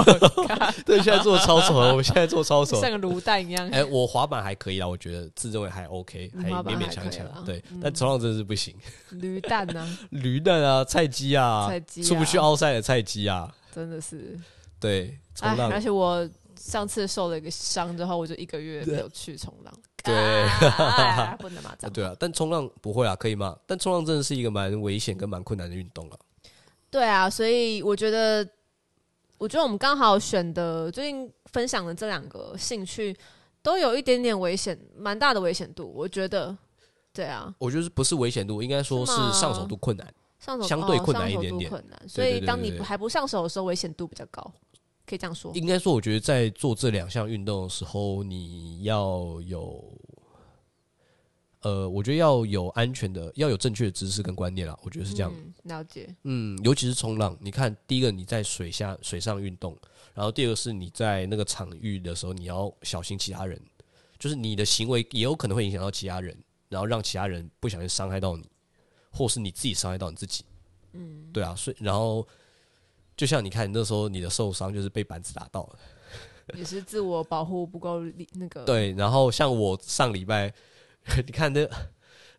Speaker 2: 对，现在做超丑了，我们现在做 超丑。
Speaker 1: 像个卤蛋一 样
Speaker 2: 哎、。我滑板还可以啦，我觉得自认为还 OK，
Speaker 1: 嗯
Speaker 2: 还
Speaker 1: 滑
Speaker 2: 勉
Speaker 1: 板
Speaker 2: 勉
Speaker 1: 还
Speaker 2: 强
Speaker 1: 可以
Speaker 2: 强。
Speaker 1: 啦嗯
Speaker 2: 对，但冲浪真的是不行，
Speaker 1: 驴蛋呢？
Speaker 2: 驴蛋啊，菜鸡啊，
Speaker 1: 菜鸡啊
Speaker 2: 出不去奥赛的菜鸡啊。
Speaker 1: 真的是，
Speaker 2: 对， 冲
Speaker 1: 哎，
Speaker 2: 浪呃
Speaker 1: 而且我上次受了一个伤之后，我就一个月没有去冲浪。
Speaker 2: 对
Speaker 1: 哎不能嘛，这
Speaker 2: 啊
Speaker 1: 样
Speaker 2: 对啊，但冲浪不会啊，可以吗？但冲浪真的是一个蛮危险跟蛮困难的运动了。
Speaker 1: 对啊，所以我觉得，我觉得我们刚好选的最近分享的这两个兴趣，都有一点点危险，蛮大的危险度。我觉得对啊，
Speaker 2: 我觉得是不是危险度，应该说是
Speaker 1: 是吗
Speaker 2: 上手度困难。
Speaker 1: 上手
Speaker 2: 相对
Speaker 1: 哦
Speaker 2: 困难一
Speaker 1: 上手
Speaker 2: 点
Speaker 1: 度
Speaker 2: 点
Speaker 1: 困难，
Speaker 2: 对
Speaker 1: 所
Speaker 2: 对
Speaker 1: 以
Speaker 2: 对
Speaker 1: 当
Speaker 2: 对
Speaker 1: 你
Speaker 2: 对
Speaker 1: 还不上手的时候，危险度比较高，可以这样说。
Speaker 2: 应该说，我觉得在做这两项运动的时候，你要有，呃，我觉得要有安全的，要有正确的知识跟观念啦。啊我觉得是这样。
Speaker 1: 嗯，了解。
Speaker 2: 嗯，尤其是冲浪，你看，第一个你在水下水上运动，然后第二个是你在那个场域的时候，你要小心其他人，就是你的行为也有可能会影响到其他人，然后让其他人不小心伤害到你，或是你自己伤害到你自己。嗯，对啊，所以然后就像你看那时候你的受伤就是被板子打到了，
Speaker 1: 也是自我保护不够力，那个，
Speaker 2: 对，然后像我上礼拜， 你看那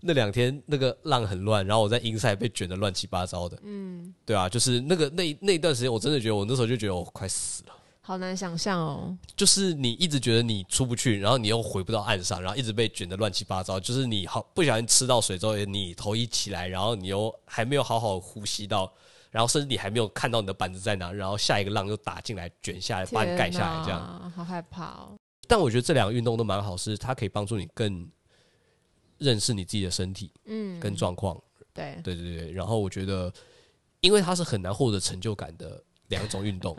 Speaker 2: 那两天那个浪很乱，然后我在英赛被卷得乱七八糟的，嗯，对啊，就是那个那一那一段时间，我真的觉得我那时候就觉得我快死了，
Speaker 1: 好难想象哦。
Speaker 2: 就是你一直觉得你出不去，然后你又回不到岸上，然后一直被卷得乱七八糟，就是你好不小心吃到水之后，你头一起来，然后你又还没有好好呼吸到。然后甚至你还没有看到你的板子在哪，然后下一个浪又打进来卷下来，把你盖下来这样。
Speaker 1: 样，好害怕哦。
Speaker 2: 但我觉得这两个运动都蛮好，是它可以帮助你更认识你自己的身体
Speaker 1: 嗯，
Speaker 2: 跟状况。
Speaker 1: 对，
Speaker 2: 对对对，然后我觉得，因为它是很难获得成就感的两种运 动，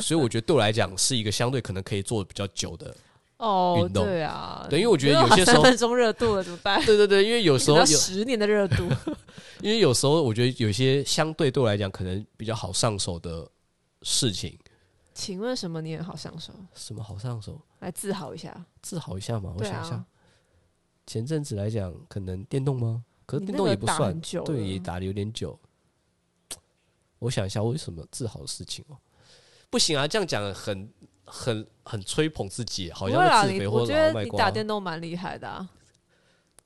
Speaker 2: 所以我觉得对我来讲是一个相对可能可以做比较久的。
Speaker 1: 哦，
Speaker 2: 运动
Speaker 1: 对啊，
Speaker 2: 对因为我觉得有些时
Speaker 1: 三
Speaker 2: 候
Speaker 1: 分钟热度了怎么办？
Speaker 2: 对对对，因为有时候
Speaker 1: 要
Speaker 2: 有，
Speaker 1: 十年的热度，
Speaker 2: 因为有时候我觉得有些相对对我来讲可能比较好上手的事情，
Speaker 1: 请问什么你也好上手？
Speaker 2: 什么好上手？
Speaker 1: 来自豪一下，
Speaker 2: 自豪一下嘛，我
Speaker 1: 对
Speaker 2: 想一下
Speaker 1: 啊。
Speaker 2: 前阵子来讲，可能电动吗？可是
Speaker 1: 你
Speaker 2: 电
Speaker 1: 那
Speaker 2: 动
Speaker 1: 个
Speaker 2: 也不
Speaker 1: 打
Speaker 2: 算
Speaker 1: 很，久
Speaker 2: 对，
Speaker 1: 了
Speaker 2: 也打的有点久。我想一下，我有什么自豪的事情哦？不行啊，这样讲很很很吹捧自己，好像
Speaker 1: 不会啦
Speaker 2: 在自
Speaker 1: 你
Speaker 2: 肥
Speaker 1: 我
Speaker 2: 或
Speaker 1: 觉
Speaker 2: 者老
Speaker 1: 得
Speaker 2: 卖
Speaker 1: 你
Speaker 2: 瓜
Speaker 1: 打。电动蛮厉害的啊。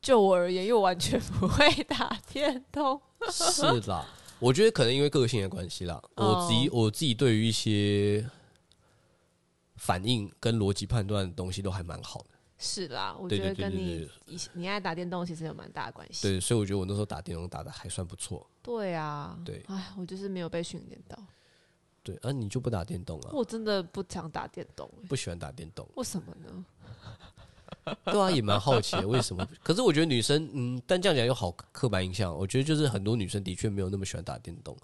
Speaker 1: 就我而言，因为我完全不会打电动。
Speaker 2: 是啦，我觉得可能因为个性的关系啦，我自己
Speaker 1: 哦
Speaker 2: 我自己对于一些反应跟逻辑判断的东西都还蛮好的。
Speaker 1: 是啦，我
Speaker 2: 对
Speaker 1: 觉
Speaker 2: 对
Speaker 1: 得
Speaker 2: 对
Speaker 1: 跟
Speaker 2: 对
Speaker 1: 你
Speaker 2: 对
Speaker 1: 以你爱打电动其实有蛮大的关系。
Speaker 2: 对，所以我觉得我那时候打电动打的还算不错。
Speaker 1: 对啊，
Speaker 2: 对
Speaker 1: 哎，我就是没有被训练到，
Speaker 2: 对，啊，你就不打电动啊？
Speaker 1: 我真的不想打电动、欸，
Speaker 2: 不喜欢打电动。
Speaker 1: 为什么呢？
Speaker 2: 对啊，也蛮好奇的为什么。可是我觉得女生，嗯，但这样讲又好刻板印象。我觉得就是很多女生的确没有那么喜欢打电动，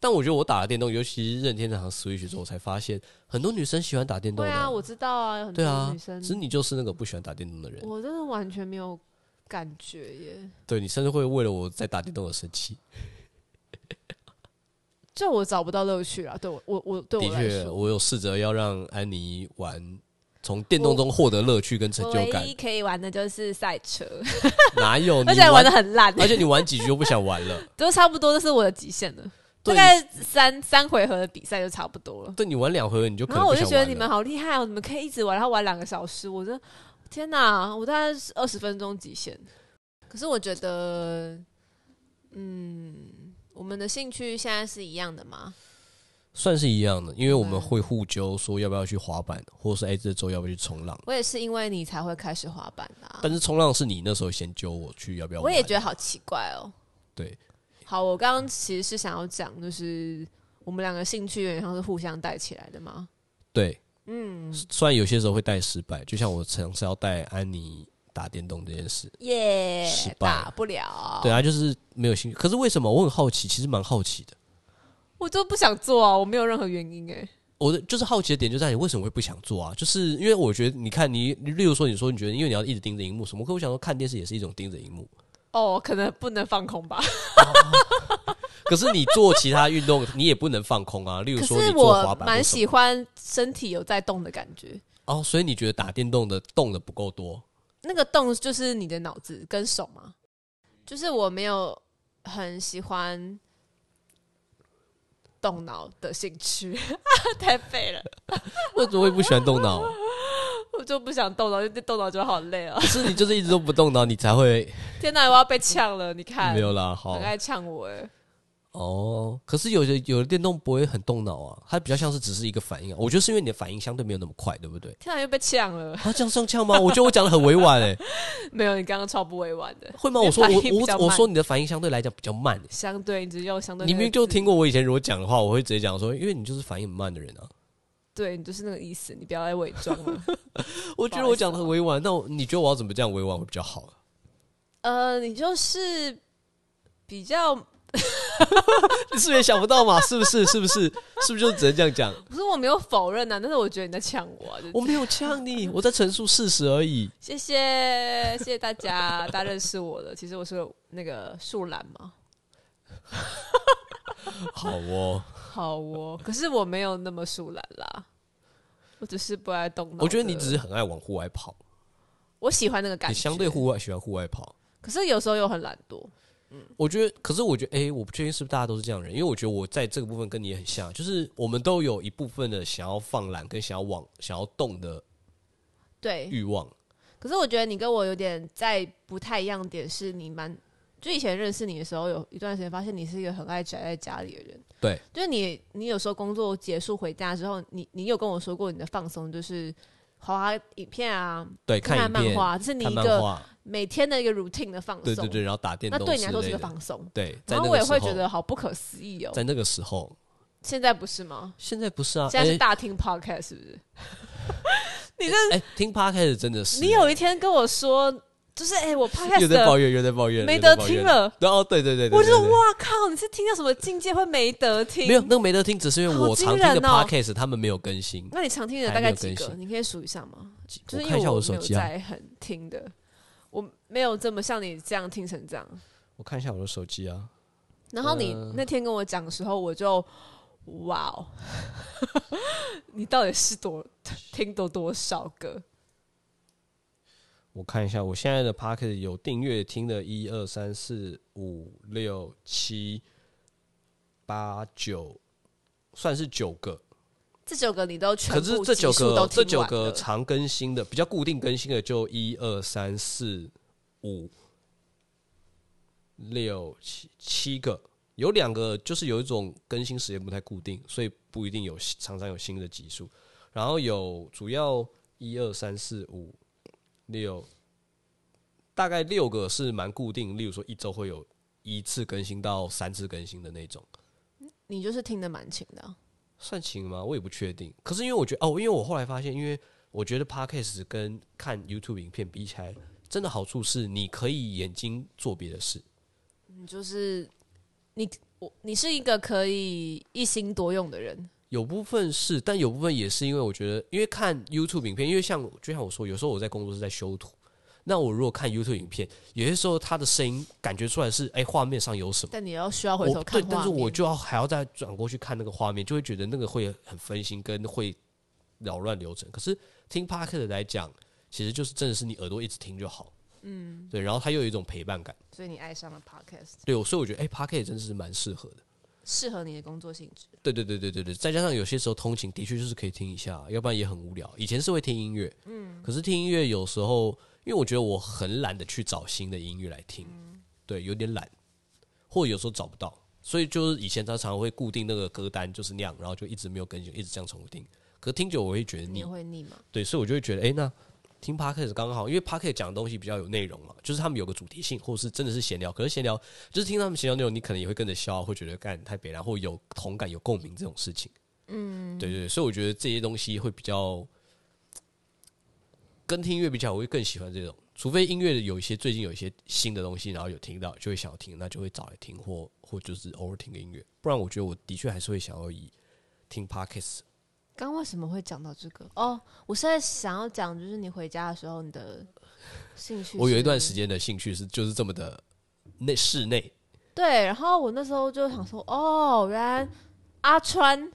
Speaker 2: 但我觉得我打了电动，尤其是任天堂 Switch 之后，我才发现很多女生喜欢打电动
Speaker 1: 对
Speaker 2: 的。
Speaker 1: 啊，我知道啊，有很
Speaker 2: 对
Speaker 1: 多
Speaker 2: 啊
Speaker 1: 女生，
Speaker 2: 只是你就是那个不喜欢打电动的人。
Speaker 1: 我真的完全没有感觉耶。
Speaker 2: 对你甚至会为了我在打电动而生气。
Speaker 1: 就我找不到乐趣啊，对我我我对
Speaker 2: 的
Speaker 1: 我来
Speaker 2: 确，
Speaker 1: 说，
Speaker 2: 我有试着要让安妮玩，从电动中获得乐趣跟成
Speaker 1: 我
Speaker 2: 就
Speaker 1: 唯
Speaker 2: 感
Speaker 1: 一。可以玩的就是赛车，
Speaker 2: 哪有？
Speaker 1: 而
Speaker 2: 哦你
Speaker 1: 且玩的，很烂，欸
Speaker 2: 而且你玩几局就不想玩了。
Speaker 1: 都差不多，这是我的极限了。 大
Speaker 2: 对
Speaker 1: 概三三回合的比赛就差不多了。
Speaker 2: 对你玩两回合你就可
Speaker 1: 然
Speaker 2: 能
Speaker 1: 后
Speaker 2: 不
Speaker 1: 我
Speaker 2: 想
Speaker 1: 就
Speaker 2: 玩
Speaker 1: 觉
Speaker 2: 了。
Speaker 1: 得你们好厉害哦，你们可以一直玩，然后玩两个小时，我这天哪，我大概是二十分钟极限。可是我觉得，嗯，我们的兴趣现在是一样的嘛？
Speaker 2: 算是一样的，因为我们
Speaker 1: 嗯
Speaker 2: 会互揪说要不要去滑板，或者是哎、这周要不要去冲浪。
Speaker 1: 我也是因为你才会开始滑板的、啊，
Speaker 2: 但是冲浪是你那时候先揪我去，要不要
Speaker 1: 我
Speaker 2: 玩？
Speaker 1: 也觉得好奇怪哦。
Speaker 2: 对，
Speaker 1: 好，我刚刚其实是想要讲，就是我们两个兴趣有点像是互相带起来的嘛。
Speaker 2: 对，
Speaker 1: 嗯，
Speaker 2: 虽然有些时候会带失败，就像我尝试要带安妮打电动这件事，
Speaker 1: 耶、
Speaker 2: 失败
Speaker 1: 打不了，
Speaker 2: 对啊，就是没有兴趣。可是为什么我很好奇？其实蛮好奇的，
Speaker 1: 我就不想做啊，我没有任何原因哎、
Speaker 2: 我的就是好奇的点就在于为什么会不想做啊？就是因为我觉得，你看你，你例如说你说你觉得，因为你要一直盯着荧幕什么，可我想说看电视也是一种盯着荧幕，
Speaker 1: 哦，可能不能放空吧。
Speaker 2: 可是你做其他运动你也不能放空啊，例如
Speaker 1: 可
Speaker 2: 说你
Speaker 1: 是
Speaker 2: 做滑
Speaker 1: 我
Speaker 2: 板或
Speaker 1: 蛮
Speaker 2: 什么
Speaker 1: 喜欢身体有在动的感觉，
Speaker 2: 哦，所以你觉得打电动的动的不够多？
Speaker 1: 那个动就是你的脑子跟手嘛。就是我没有很喜欢动脑的兴趣， 太废了，
Speaker 2: 为什么会不喜欢动脑？
Speaker 1: 我就不想动脑，因为动脑就好累哦。
Speaker 2: 可是你就是一直都不动脑，你才会
Speaker 1: 天哪，我要被呛了！你看，
Speaker 2: 没有啦。好
Speaker 1: 很爱呛我哎。
Speaker 2: 哦，可是有的有的电动不会很动脑啊，它比较像是只是一个反应啊。我觉得是因为你的反应相对没有那么快，对不对？
Speaker 1: 天哪，又被呛了。
Speaker 2: 啊，这样上呛吗？我觉得我讲的很委婉诶、
Speaker 1: 没有，你刚刚超不委婉的。
Speaker 2: 会吗？我说
Speaker 1: 你
Speaker 2: 我
Speaker 1: 的反应比较
Speaker 2: 我
Speaker 1: 慢
Speaker 2: 我说你的反应相对来讲比较慢、欸，
Speaker 1: 相对，你只用相对那个字，
Speaker 2: 你明明就听过我以前如果讲的话，我会直接讲说，因为你就是反应很慢的人啊。
Speaker 1: 对你就是那个意思，你不要再 伪装了。啊
Speaker 2: 我觉得我讲的很委婉，那我你觉得我要怎么这样委婉会比较好？
Speaker 1: 呃，你就是比较
Speaker 2: 你是不是也想不到嘛？是不是？ 是不是？是不是就只能这样讲？
Speaker 1: 不是我没有否认啊呐、但是我觉得你在呛 我、啊，就是
Speaker 2: 我没有呛你，我在陈述事实而已。
Speaker 1: 谢谢谢谢大家，大家认识我了。其实我是那个树懒嘛，
Speaker 2: 好哦，
Speaker 1: 好哦，可是我没有那么树懒啦，我只是不爱动脑的。
Speaker 2: 我觉得你只是很爱往户外跑，
Speaker 1: 我喜欢那个感
Speaker 2: 你
Speaker 1: 觉，
Speaker 2: 相对户外喜欢户外跑。
Speaker 1: 可是有时候又很懒惰。
Speaker 2: 我觉得，可是我觉得，哎、我不确定是不是大家都是这样的人，因为我觉得我在这个部分跟你也很像，就是我们都有一部分的想要放懒跟想要往想要动的
Speaker 1: 对，
Speaker 2: 欲望。
Speaker 1: 可是我觉得你跟我有点在不太一样的点，是你蛮就以前认识你的时候，有一段时间发现你是一个很爱宅在家里的人。
Speaker 2: 对，
Speaker 1: 就是你，你有时候工作结束回家之后，你你有跟我说过你的放松就是滑影片啊，
Speaker 2: 对，
Speaker 1: 看
Speaker 2: 看
Speaker 1: 看
Speaker 2: 影
Speaker 1: 漫
Speaker 2: 片、
Speaker 1: 画，这是你
Speaker 2: 看
Speaker 1: 一
Speaker 2: 漫
Speaker 1: 个
Speaker 2: 画，
Speaker 1: 每天的一个 routine 的放松。
Speaker 2: 对对对，然后打电
Speaker 1: 那
Speaker 2: 动
Speaker 1: 对你来说
Speaker 2: 之
Speaker 1: 是
Speaker 2: 类
Speaker 1: 个
Speaker 2: 的
Speaker 1: 放松。
Speaker 2: 对，在
Speaker 1: 然
Speaker 2: 那
Speaker 1: 后
Speaker 2: 个
Speaker 1: 我也
Speaker 2: 时
Speaker 1: 会
Speaker 2: 候
Speaker 1: 觉得好不可思议哦
Speaker 2: 在。那个时候，
Speaker 1: 现在不是吗？
Speaker 2: 现在不是啊，
Speaker 1: 现在
Speaker 2: 诶
Speaker 1: 是大听 podcast 是不是？
Speaker 2: 哎、听 p 开始真的是，
Speaker 1: 你有一天跟我说，就是哎、我 podcast
Speaker 2: 又在抱
Speaker 1: 的
Speaker 2: 怨，又在抱怨，
Speaker 1: 没
Speaker 2: 又在
Speaker 1: 得
Speaker 2: 抱
Speaker 1: 听
Speaker 2: 怨。
Speaker 1: 了。
Speaker 2: 然后对对对对，
Speaker 1: 我就
Speaker 2: 对
Speaker 1: 说
Speaker 2: 对
Speaker 1: 哇靠，你是听到什么境界会没得听？
Speaker 2: 没有，那个没得听，只是因为
Speaker 1: 好
Speaker 2: 我
Speaker 1: 惊
Speaker 2: 常听的
Speaker 1: 人哦
Speaker 2: podcast 他们没有更新。
Speaker 1: 那你常听的
Speaker 2: 还
Speaker 1: 大概
Speaker 2: 没有
Speaker 1: 几
Speaker 2: 更
Speaker 1: 个？
Speaker 2: 新
Speaker 1: 你可以数一下吗？就是因
Speaker 2: 看
Speaker 1: 为
Speaker 2: 一下
Speaker 1: 我
Speaker 2: 我
Speaker 1: 没
Speaker 2: 手
Speaker 1: 有
Speaker 2: 机啊，
Speaker 1: 在很听的，我没有这么像你这样听成这样。
Speaker 2: 我看一下我的手机啊，
Speaker 1: 然后你
Speaker 2: 呃
Speaker 1: 那天跟我讲的时候，我就哇哦， 你到底是多听多多少个？
Speaker 2: 我看一下我现在的 podcast 有订阅听的，一二三四五六七八九，算是九个。
Speaker 1: 这九个你都全
Speaker 2: 可
Speaker 1: 部
Speaker 2: 是这九
Speaker 1: 集数都
Speaker 2: 个
Speaker 1: 听
Speaker 2: 这九
Speaker 1: 完
Speaker 2: 个
Speaker 1: 了
Speaker 2: 常更新的，比较固定更新的就一二三四五六七七个，有两个就是有一种更新时间不太固定，所以不一定有常常有新的集数。然后有主要一二三四五六，大概六个是蛮固定，例如说一周会有一次更新到三次更新的那种。
Speaker 1: 你就是听得蛮勤的啊、
Speaker 2: 算勤吗？我也不确定。可是因为我觉得哦，因为我后来发现，因为我觉得 podcast 跟看 YouTube 影片比起来，真的好处是你可以眼睛做别的事。
Speaker 1: 你就是你我你是一个可以一心多用的人。
Speaker 2: 有部分是，但有部分也是因为我觉得，因为看 YouTube 影片，因为像就像我说，有时候我在工作室在修图，那我如果看 YouTube 影片，有些时候它的声音感觉出来是，哎、画面上有什么。
Speaker 1: 但你要需要回
Speaker 2: 我
Speaker 1: 头看
Speaker 2: 对，
Speaker 1: 画面，
Speaker 2: 但是我就要还要再转过去看那个画面，就会觉得那个会很分心，跟会扰乱流程。可是听 p o d c a s t 来讲，其实就是真的是你耳朵一直听就好，嗯，对，然后它又有一种陪伴感，
Speaker 1: 所以你爱上了 podcast，
Speaker 2: 对，所以我觉得哎、p o d c a s t 真的是蛮适合的。
Speaker 1: 适合你的工作性质。
Speaker 2: 对对对对对对，再加上有些时候通勤的确就是可以听一下，要不然也很无聊。以前是会听音乐，嗯，可是听音乐有时候，因为我觉得我很懒得去找新的音乐来听，对，有点懒，或者有时候找不到，所以就是以前常常会固定那个歌单就是那样，然后就一直没有更新，一直这样重复听。可听久我会觉得
Speaker 1: 你
Speaker 2: 腻
Speaker 1: 也，会腻吗？
Speaker 2: 对，所以我就会觉得，哎、那听 podcast 刚好，因为 podcast 讲的东西比较有内容嘛，就是他们有个主题性，或者是真的是闲聊。可是闲聊就是听他们闲聊内容，你可能也会跟着笑啊，会觉得干太北然或有同感、有共鸣这种事情。嗯，对对对，所以我觉得这些东西会比较跟听音乐比较，我会更喜欢这种。除非音乐有一些最近有一些新的东西，然后有听到就会想要听，那就会找来听，或或就是偶尔听个音乐。不然我觉得我的确还是会想要以听 podcast
Speaker 1: 刚为什么会讲到这个？哦，我现在想要讲，就是你回家的时候，你的兴趣。
Speaker 2: 我有一段时，间的兴趣是就是这么的内室内，
Speaker 1: 对，然后我那时候就想说，
Speaker 2: 嗯
Speaker 1: 哦，原来阿 川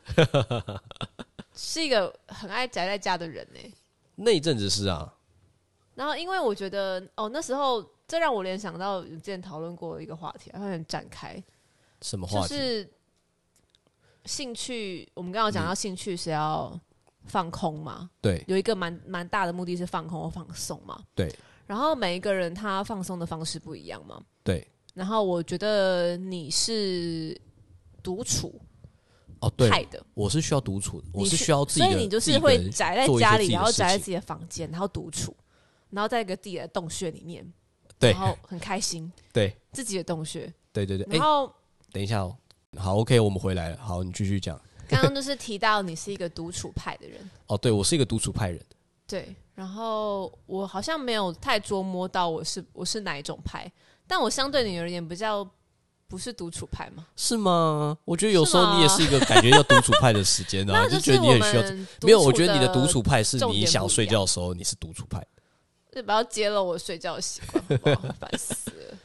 Speaker 1: 是一个很爱宅在家的人呢、
Speaker 2: 那一阵子是啊，
Speaker 1: 然后因为我觉得，哦，那时候这让我联想到之前讨论过一个话题，然后很展开，
Speaker 2: 什么
Speaker 1: 就
Speaker 2: 话题？
Speaker 1: 是兴趣。我们刚刚讲
Speaker 2: 嗯
Speaker 1: 到兴趣是要放空嘛，
Speaker 2: 对
Speaker 1: 有一个蛮蛮大的目的是放空或放松嘛。
Speaker 2: 对
Speaker 1: 然后每一个人他放松的方式不一样嘛。
Speaker 2: 对，
Speaker 1: 然后我觉得你是独处
Speaker 2: 哦
Speaker 1: 派
Speaker 2: 对，
Speaker 1: 的，
Speaker 2: 我是需要独处的，我
Speaker 1: 你
Speaker 2: 是需要自己
Speaker 1: 所
Speaker 2: 的，
Speaker 1: 以你就
Speaker 2: 自
Speaker 1: 是
Speaker 2: 己一个
Speaker 1: 会
Speaker 2: 人
Speaker 1: 宅在
Speaker 2: 做一些
Speaker 1: 家
Speaker 2: 自
Speaker 1: 里，
Speaker 2: 己的
Speaker 1: 然后
Speaker 2: 事
Speaker 1: 宅在
Speaker 2: 情
Speaker 1: 自己的房间，然后独处，然后在一个自己的洞穴里面，
Speaker 2: 对
Speaker 1: 然后很开心，
Speaker 2: 对
Speaker 1: 自己的洞穴。
Speaker 2: 对对对。
Speaker 1: 然
Speaker 2: 哎，
Speaker 1: 后
Speaker 2: 等一下哦，好，OK，我们回来了。好，你继续讲。
Speaker 1: 刚刚就是提到你是一个独处派的人，
Speaker 2: 哦，对我是一个独处派人，
Speaker 1: 对，然后我好像没有太琢磨到我是我是哪一种派，但我相对你而言比较不是独处派嘛，
Speaker 2: 是吗？我觉得有
Speaker 1: 是
Speaker 2: 时候你也
Speaker 1: 吗
Speaker 2: 是一个感觉要独处派的时间啊，
Speaker 1: 那
Speaker 2: 就是觉得你
Speaker 1: 我
Speaker 2: 很需要。
Speaker 1: 们独
Speaker 2: 没有，
Speaker 1: 处
Speaker 2: 我觉得你的独处派是
Speaker 1: 重点
Speaker 2: 你
Speaker 1: 不一
Speaker 2: 想
Speaker 1: 样
Speaker 2: 睡觉的时候你是独处派。
Speaker 1: 就不要揭露我睡觉的习惯，好不好烦死了。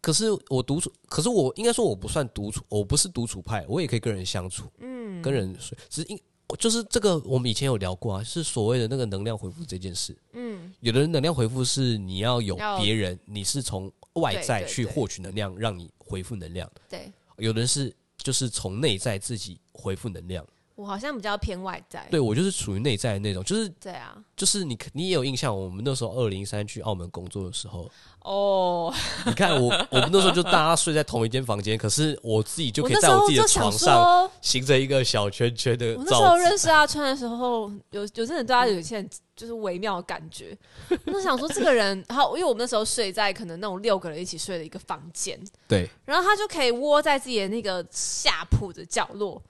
Speaker 2: 可是我独处，可是我应该说我不算独处，我不是独处派，我也可以跟人相处，嗯，跟人睡，只是因就是这个我们以前有聊过啊，是所谓的那个能量回复这件事，嗯，有的人能量回复是你要有
Speaker 1: 要
Speaker 2: 别人，你是从外
Speaker 1: 对
Speaker 2: 在
Speaker 1: 对
Speaker 2: 去
Speaker 1: 对
Speaker 2: 获取能量，让你回复能量，
Speaker 1: 对
Speaker 2: 有的人是就是从内在自己回复能量，
Speaker 1: 我好像比较偏外在，
Speaker 2: 对我就是属于内在的那种，就是
Speaker 1: 对啊，
Speaker 2: 就是你你也有印象，我们那时候二零三去澳门工作的时候，
Speaker 1: 哦，
Speaker 2: 你看我，我们那时候就大家睡在同一间房间，可是我自己就可以
Speaker 1: 那时
Speaker 2: 在我
Speaker 1: 候
Speaker 2: 自己的
Speaker 1: 就想
Speaker 2: 床上
Speaker 1: 说。
Speaker 2: 形成一个小圈圈的
Speaker 1: 我那时
Speaker 2: 罩
Speaker 1: 候
Speaker 2: 子。
Speaker 1: 认识阿川的时候，有有真的对他有一些就是微妙的感觉。我就想说这个人，然后因为我们那时候睡在可能那种六个人一起睡的一个房间，
Speaker 2: 对
Speaker 1: 然后他就可以窝在自己的那个下铺的角落，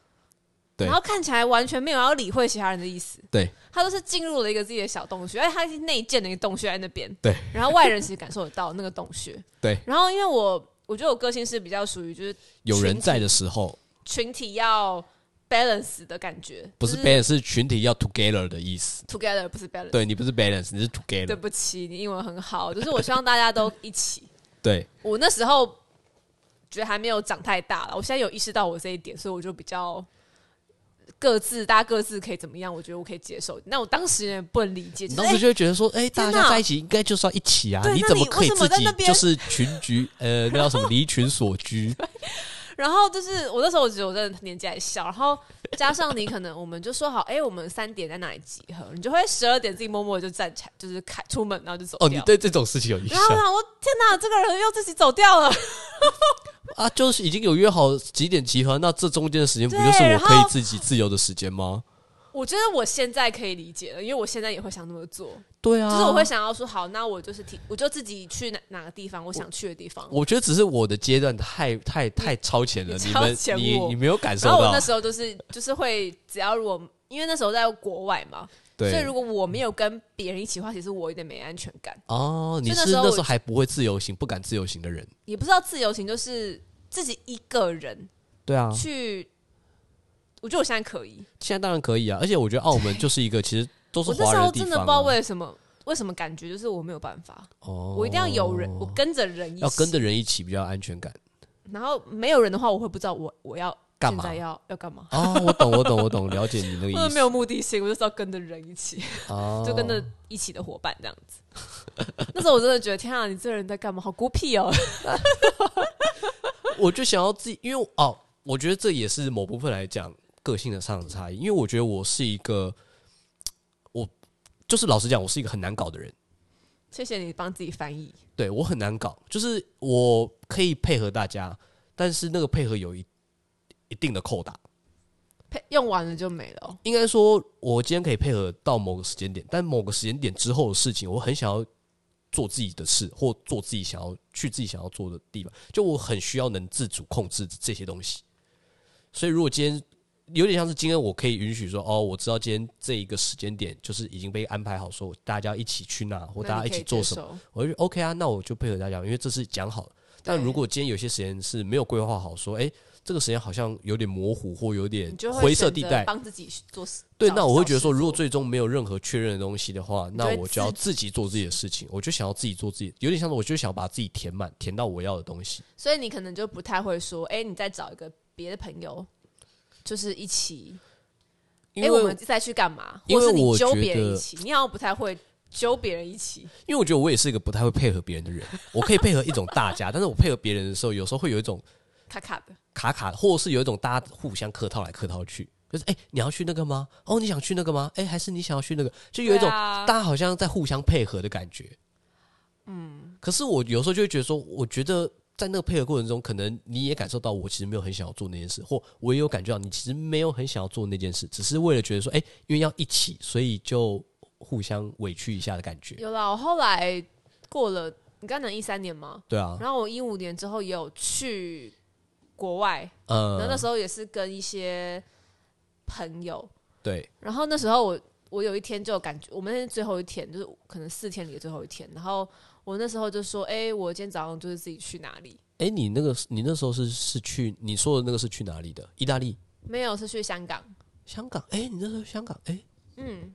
Speaker 2: 对
Speaker 1: 然后看起来完全没有要理会其他人的意思，
Speaker 2: 对
Speaker 1: 他都是进入了一个自己的小洞穴，哎而且他是内建的一个洞穴在那边，
Speaker 2: 对，
Speaker 1: 然后外人其实感受得到那个洞穴，
Speaker 2: 对，
Speaker 1: 然后因为我我觉得我个性是比较属于就是
Speaker 2: 有人在的时候，
Speaker 1: 群体要 balance 的感觉，
Speaker 2: 不是 balance 是群体要 together 的意思。
Speaker 1: together 不是 balance，
Speaker 2: 对你不是 balance，你是
Speaker 1: 对
Speaker 2: together。
Speaker 1: 不起，你英文很好，就是我希望大家都一起。
Speaker 2: 对，
Speaker 1: 我那时候觉得还没有长太大了，我现在有意识到我这一点，所以我就比较各自，大家各自可以怎么样，我觉得我可以接受。那我当时也不能理解，
Speaker 2: 你
Speaker 1: 就是
Speaker 2: 当时
Speaker 1: 哎
Speaker 2: 就会觉得说，哎、大
Speaker 1: 天
Speaker 2: 家
Speaker 1: 哪
Speaker 2: 在一起应该就是要一起啊，
Speaker 1: 对
Speaker 2: 你
Speaker 1: 那
Speaker 2: 怎么
Speaker 1: 你
Speaker 2: 可以
Speaker 1: 为什么
Speaker 2: 自己
Speaker 1: 在那边
Speaker 2: 就是群居？呃，那叫什么？离群所居。
Speaker 1: 哎然后就是我那时候我觉得我真的年纪还小，然后加上你可能我们就说好，哎、我们三点在哪里集合，你就会十二点自己默默地就站起来，就是开出门，然后就走
Speaker 2: 哦，
Speaker 1: 掉
Speaker 2: 你对这种事情有印象
Speaker 1: 然后我想说，天哪，这个人又自己走掉了。
Speaker 2: 啊？就是已经有约好几点集合，那这中间的时间不
Speaker 1: 对
Speaker 2: 就是我
Speaker 1: 然
Speaker 2: 可以
Speaker 1: 后
Speaker 2: 自己自由的时间吗？
Speaker 1: 我觉得我现在可以理解了，因为我现在也会想那么做。
Speaker 2: 对啊，
Speaker 1: 就是我会想要说，好，那我就是提，我就自己去哪哪个地方，我想去的地方。
Speaker 2: 我觉得只是我的阶段太太太超前了，
Speaker 1: 你
Speaker 2: 你
Speaker 1: 超
Speaker 2: 们
Speaker 1: 前
Speaker 2: 你
Speaker 1: 我
Speaker 2: 你没有感受
Speaker 1: 然后我
Speaker 2: 到
Speaker 1: 那，时候就是就是会，只要如果因为那时候在国外嘛，所以
Speaker 2: 对
Speaker 1: 如果我没有跟别人一起的话，其实我有点没安全感，
Speaker 2: 哦，你
Speaker 1: 所以那
Speaker 2: 是
Speaker 1: 时候
Speaker 2: 那
Speaker 1: 我
Speaker 2: 时候还不会自由行，不敢自由行的人，
Speaker 1: 也不知道自由行就是自己一个人
Speaker 2: 对啊，
Speaker 1: 去。我觉得我现在可以，
Speaker 2: 现在当然可以啊，而且我觉得澳门就是一个其实都是
Speaker 1: 我那
Speaker 2: 华
Speaker 1: 时
Speaker 2: 人
Speaker 1: 候
Speaker 2: 地
Speaker 1: 真的不
Speaker 2: 方
Speaker 1: 知道
Speaker 2: 啊，
Speaker 1: 为什么为什么感觉就是我没有办法，
Speaker 2: 哦
Speaker 1: 我一定要有人，我跟着人一起，
Speaker 2: 要跟着人一起比较安全感。
Speaker 1: 然后没有人的话，我会不知道我我要
Speaker 2: 干
Speaker 1: 现
Speaker 2: 嘛
Speaker 1: 在要要干嘛，
Speaker 2: 哦，我懂，我懂，我懂，了解你那个意
Speaker 1: 我
Speaker 2: 思
Speaker 1: 没有目的性，我就知道跟着人一起。
Speaker 2: 哦
Speaker 1: 就跟着一起的伙伴这样子。 那时候我真的觉得，天啊，你这个人在干嘛？好孤僻哦！
Speaker 2: 我就想要自己，因为哦，我觉得这也是某部分来讲个性的上的差异。因为我觉得我是一个，我就是老实讲，我是一个很难搞的人。
Speaker 1: 谢谢你帮自己翻译。
Speaker 2: 对我很难搞，就是我可以配合大家，但是那个配合有一一定的扣打。
Speaker 1: 呸用完了就没了哦、
Speaker 2: 应该说，我今天可以配合到某个时间点，但某个时间点之后的事情，我很想要做自己的事，或做自己想要去自己想要做的地方。就我很需要能自主控制这些东西。所以，如果今天有点像是今天，我可以允许说，哦，我知道今天这一个时间点就是已经被安排好，说大家一起去哪，或大家一起做什么。
Speaker 1: 么？
Speaker 2: 我就觉得 OK 啊，那我就配合大家，因为这是讲好了。但
Speaker 1: 对
Speaker 2: 如果今天有些时间是没有规划好，说，哎、这个时间好像有点模糊或有点
Speaker 1: 你就会
Speaker 2: 灰色
Speaker 1: 选
Speaker 2: 地
Speaker 1: 择
Speaker 2: 带，
Speaker 1: 帮自己做事。
Speaker 2: 对，
Speaker 1: 找
Speaker 2: 那我会
Speaker 1: 找
Speaker 2: 觉得说，
Speaker 1: 事
Speaker 2: 如果
Speaker 1: 做
Speaker 2: 最终没有任何确认的东西的话，
Speaker 1: 就
Speaker 2: 那
Speaker 1: 会
Speaker 2: 我
Speaker 1: 自
Speaker 2: 就要自己做自己的事情。我就想要自己做自己，有点像是我就想把自己填满，填到我要的东西。
Speaker 1: 所以你可能就不太会说，哎、你再找一个别的朋友，就是一起，哎、
Speaker 2: 因为
Speaker 1: 我
Speaker 2: 我
Speaker 1: 们再去干嘛？
Speaker 2: 因为
Speaker 1: 或是
Speaker 2: 我
Speaker 1: 你揪
Speaker 2: 觉
Speaker 1: 别人
Speaker 2: 得
Speaker 1: 一起，你好像不太会揪别人一起。
Speaker 2: 因为我觉得我也是一个不太会配合别人的人，我可以配合一种大家，但是我配合别人的时候，有时候会有一种
Speaker 1: 卡卡的，
Speaker 2: 卡卡，或者是有一种大家互相客套来客套去，就是哎、你要去那个吗？哦，你想去那个吗？哎、还是你想要去那个？就有一种
Speaker 1: 对啊
Speaker 2: 大家好像在互相配合的感觉。嗯，可是我有时候就会觉得说，我觉得在那个配合过程中，可能你也感受到我其实没有很想要做那件事，或我也有感觉到你其实没有很想要做那件事，只是为了觉得说，哎、因为要一起，所以就互相委屈一下的感觉。
Speaker 1: 有啦。我后来过了，你刚讲一三年吗？
Speaker 2: 对啊，
Speaker 1: 然后我一五年之后也有去国外，然后那
Speaker 2: 呃，
Speaker 1: 时候也是跟一些朋友，
Speaker 2: 对，
Speaker 1: 然后那时候我我有一天就有感觉，我们那天最后一天就是可能四天里的最后一天，然后我那时候就说，哎、我今天早上就是自己去哪里，
Speaker 2: 哎、你那个你那时候是是去你说的那个是去哪里的？意大利、
Speaker 1: 没有是去香港，
Speaker 2: 香港？哎、你那时候香港？哎、
Speaker 1: 嗯，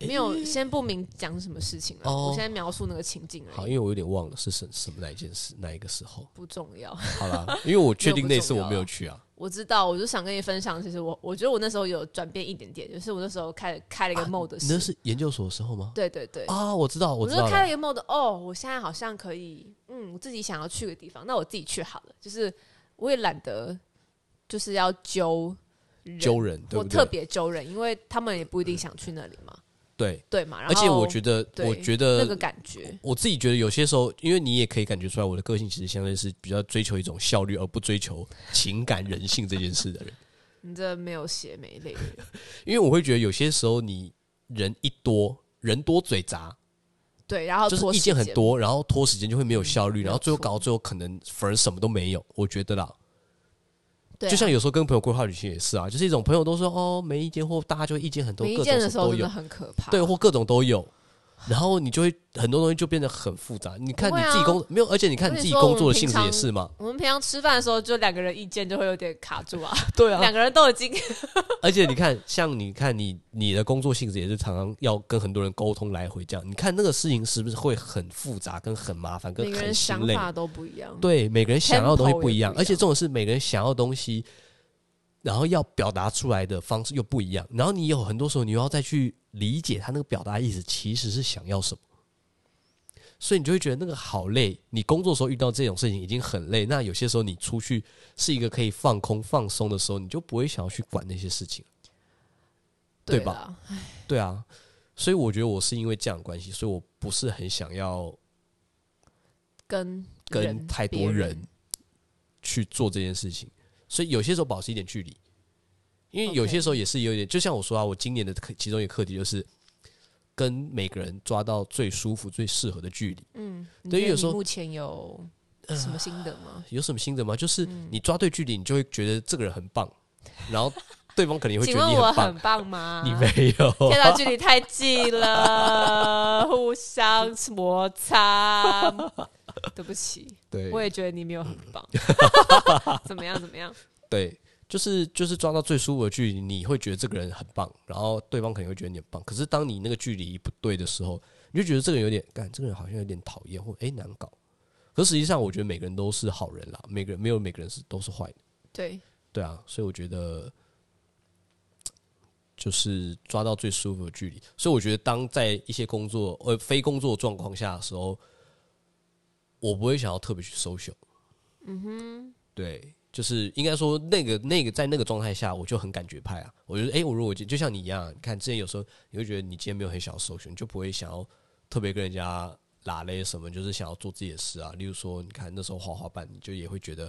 Speaker 1: 没有先不明讲是什么事情了，
Speaker 2: 哦
Speaker 1: 我现在描述那个情境
Speaker 2: 好，
Speaker 1: 而
Speaker 2: 因
Speaker 1: 已，
Speaker 2: 为我有点忘了是什什么哪一件事哪一个时 候。
Speaker 1: 不重要。
Speaker 2: 好啦，因为我确定那次
Speaker 1: 没有不重要
Speaker 2: 我
Speaker 1: 啊
Speaker 2: 没有去啊。
Speaker 1: 我知道，我就想跟你分享，其实我我觉得我那时候有转变一点点，就是我那时候开开了一个 mode
Speaker 2: 啊你那
Speaker 1: 是，
Speaker 2: 是研究所的时候吗？
Speaker 1: 对对对，
Speaker 2: 啊，我知道，我
Speaker 1: 我
Speaker 2: 知
Speaker 1: 就
Speaker 2: 道
Speaker 1: 开
Speaker 2: 了。
Speaker 1: 了一个 mode，哦，我现在好像可以，嗯，我自己想要去个地方，那我自己去好了，就是我也懒得就是要揪人，
Speaker 2: 揪人，对
Speaker 1: 我
Speaker 2: 不
Speaker 1: 特
Speaker 2: 对？
Speaker 1: 别揪人，因为他们也不一定想去那里嘛，
Speaker 2: 对，
Speaker 1: 对嘛，然后
Speaker 2: 而且我觉得，
Speaker 1: 对
Speaker 2: 我觉
Speaker 1: 那个
Speaker 2: 得
Speaker 1: 感觉，
Speaker 2: 我自己觉得有些时候，因为你也可以感觉出来，我的个性其实相对是比较追求一种效率，而不追求情感人性这件事的人。
Speaker 1: 你这没有血没泪的人，
Speaker 2: 因为我会觉得有些时候你人一多，人多嘴杂，
Speaker 1: 对，然后
Speaker 2: 就
Speaker 1: 拖
Speaker 2: 是意
Speaker 1: 时
Speaker 2: 见很
Speaker 1: 间，
Speaker 2: 多，然后拖时间就会没有效率，
Speaker 1: 嗯
Speaker 2: 然后最后
Speaker 1: 没有错
Speaker 2: 搞到最后可能反而什么都没有。我觉得啦，
Speaker 1: 对啊、
Speaker 2: 就像有时候跟朋友规划旅行也是啊，就是一种朋友都说哦没意见，或大家就意见很多，
Speaker 1: 没
Speaker 2: 各
Speaker 1: 意
Speaker 2: 种
Speaker 1: 见
Speaker 2: 什
Speaker 1: 的
Speaker 2: 么
Speaker 1: 时候
Speaker 2: 都
Speaker 1: 真的
Speaker 2: 有，
Speaker 1: 很可怕，
Speaker 2: 对，或各种都有。然后你就会很多东西就变得很复杂。你看
Speaker 1: 不
Speaker 2: 你
Speaker 1: 会啊
Speaker 2: 自己工没有，而且你看
Speaker 1: 我
Speaker 2: 你
Speaker 1: 跟
Speaker 2: 自
Speaker 1: 你
Speaker 2: 己
Speaker 1: 说
Speaker 2: 工作
Speaker 1: 我们
Speaker 2: 的
Speaker 1: 平
Speaker 2: 性质
Speaker 1: 常
Speaker 2: 也 是嘛，
Speaker 1: 我们平常吃饭的时候，就两个人意见就会有点卡住啊，
Speaker 2: 对啊
Speaker 1: 两。个人都已经
Speaker 2: 而且你看，像你看你你的工作性质也是常常要跟很多人沟通来回这样。你看那个事情是不是会很复杂、跟很麻烦、跟
Speaker 1: 每个
Speaker 2: 很
Speaker 1: 人
Speaker 2: 心
Speaker 1: 想
Speaker 2: 累？
Speaker 1: 法都不一样，
Speaker 2: 对，每个人想要的东西
Speaker 1: 嗯 Tempo 也
Speaker 2: 不一样，
Speaker 1: 不一样
Speaker 2: 而且这种是每个人想要的东西，然后要表达出来的方式又不一样，然后你有很多时候你又要再去理解他那个表达意思其实是想要什么，所以你就会觉得那个好累。你工作的时候遇到这种事情已经很累，那有些时候你出去是一个可以放空放松的时候，你就不会想要去管那些事情。对
Speaker 1: 对
Speaker 2: 吧
Speaker 1: 啦？
Speaker 2: 对啊，所以我觉得我是因为这样的关系，所以我不是很想要
Speaker 1: 跟
Speaker 2: 跟
Speaker 1: 人
Speaker 2: 太
Speaker 1: 别
Speaker 2: 多人去做这件事情，所以有些时候保持一点距离，因为
Speaker 1: OK
Speaker 2: 有些时候也是有点，就像我说啊，我今年的课其中一个课题就是跟每个人抓到最舒服、最适合的距离。
Speaker 1: 嗯，你
Speaker 2: 对
Speaker 1: 觉
Speaker 2: 有
Speaker 1: 得你
Speaker 2: 时候呃
Speaker 1: 目前有什么心得吗？
Speaker 2: 有什么心得吗？就是
Speaker 1: 嗯
Speaker 2: 你抓对距离，你就会觉得这个人很棒，然后对方肯定会觉
Speaker 1: 请
Speaker 2: 得
Speaker 1: 问
Speaker 2: 你
Speaker 1: 我
Speaker 2: 棒
Speaker 1: 很。棒吗？
Speaker 2: 你没有啊，
Speaker 1: 天呐，距离太近了， 互相摩擦。 对不起，
Speaker 2: 对
Speaker 1: 我也觉得你没有很 棒。怎么样？怎么样？
Speaker 2: 对，就是就是抓到最舒服的距离，你会觉得这个人很棒，然后对方可能会觉得你很棒。可是当你那个距离不对的时候，你就觉得这个人有点干，这个人好像有点讨厌，或诶难搞。可实际上，我觉得每个人都是好人啦，每个人没有每个人是都是坏的，
Speaker 1: 对，
Speaker 2: 对啊。所以我觉得就是抓到最舒服的距离。所以我觉得，当在一些工作呃非工作状况下的时候，我不会想要特别去 social。对，就是应该说那个那个在那个状态下，我就很感觉派啊。我觉得，哎、我如果今就像你一样，你看之前有时候你会觉得你今天没有很想要搜寻，你就不会想要特别跟人家拉勒什么，就是想要做自己的事啊。例如说，你看那时候滑滑板，你就也会觉得，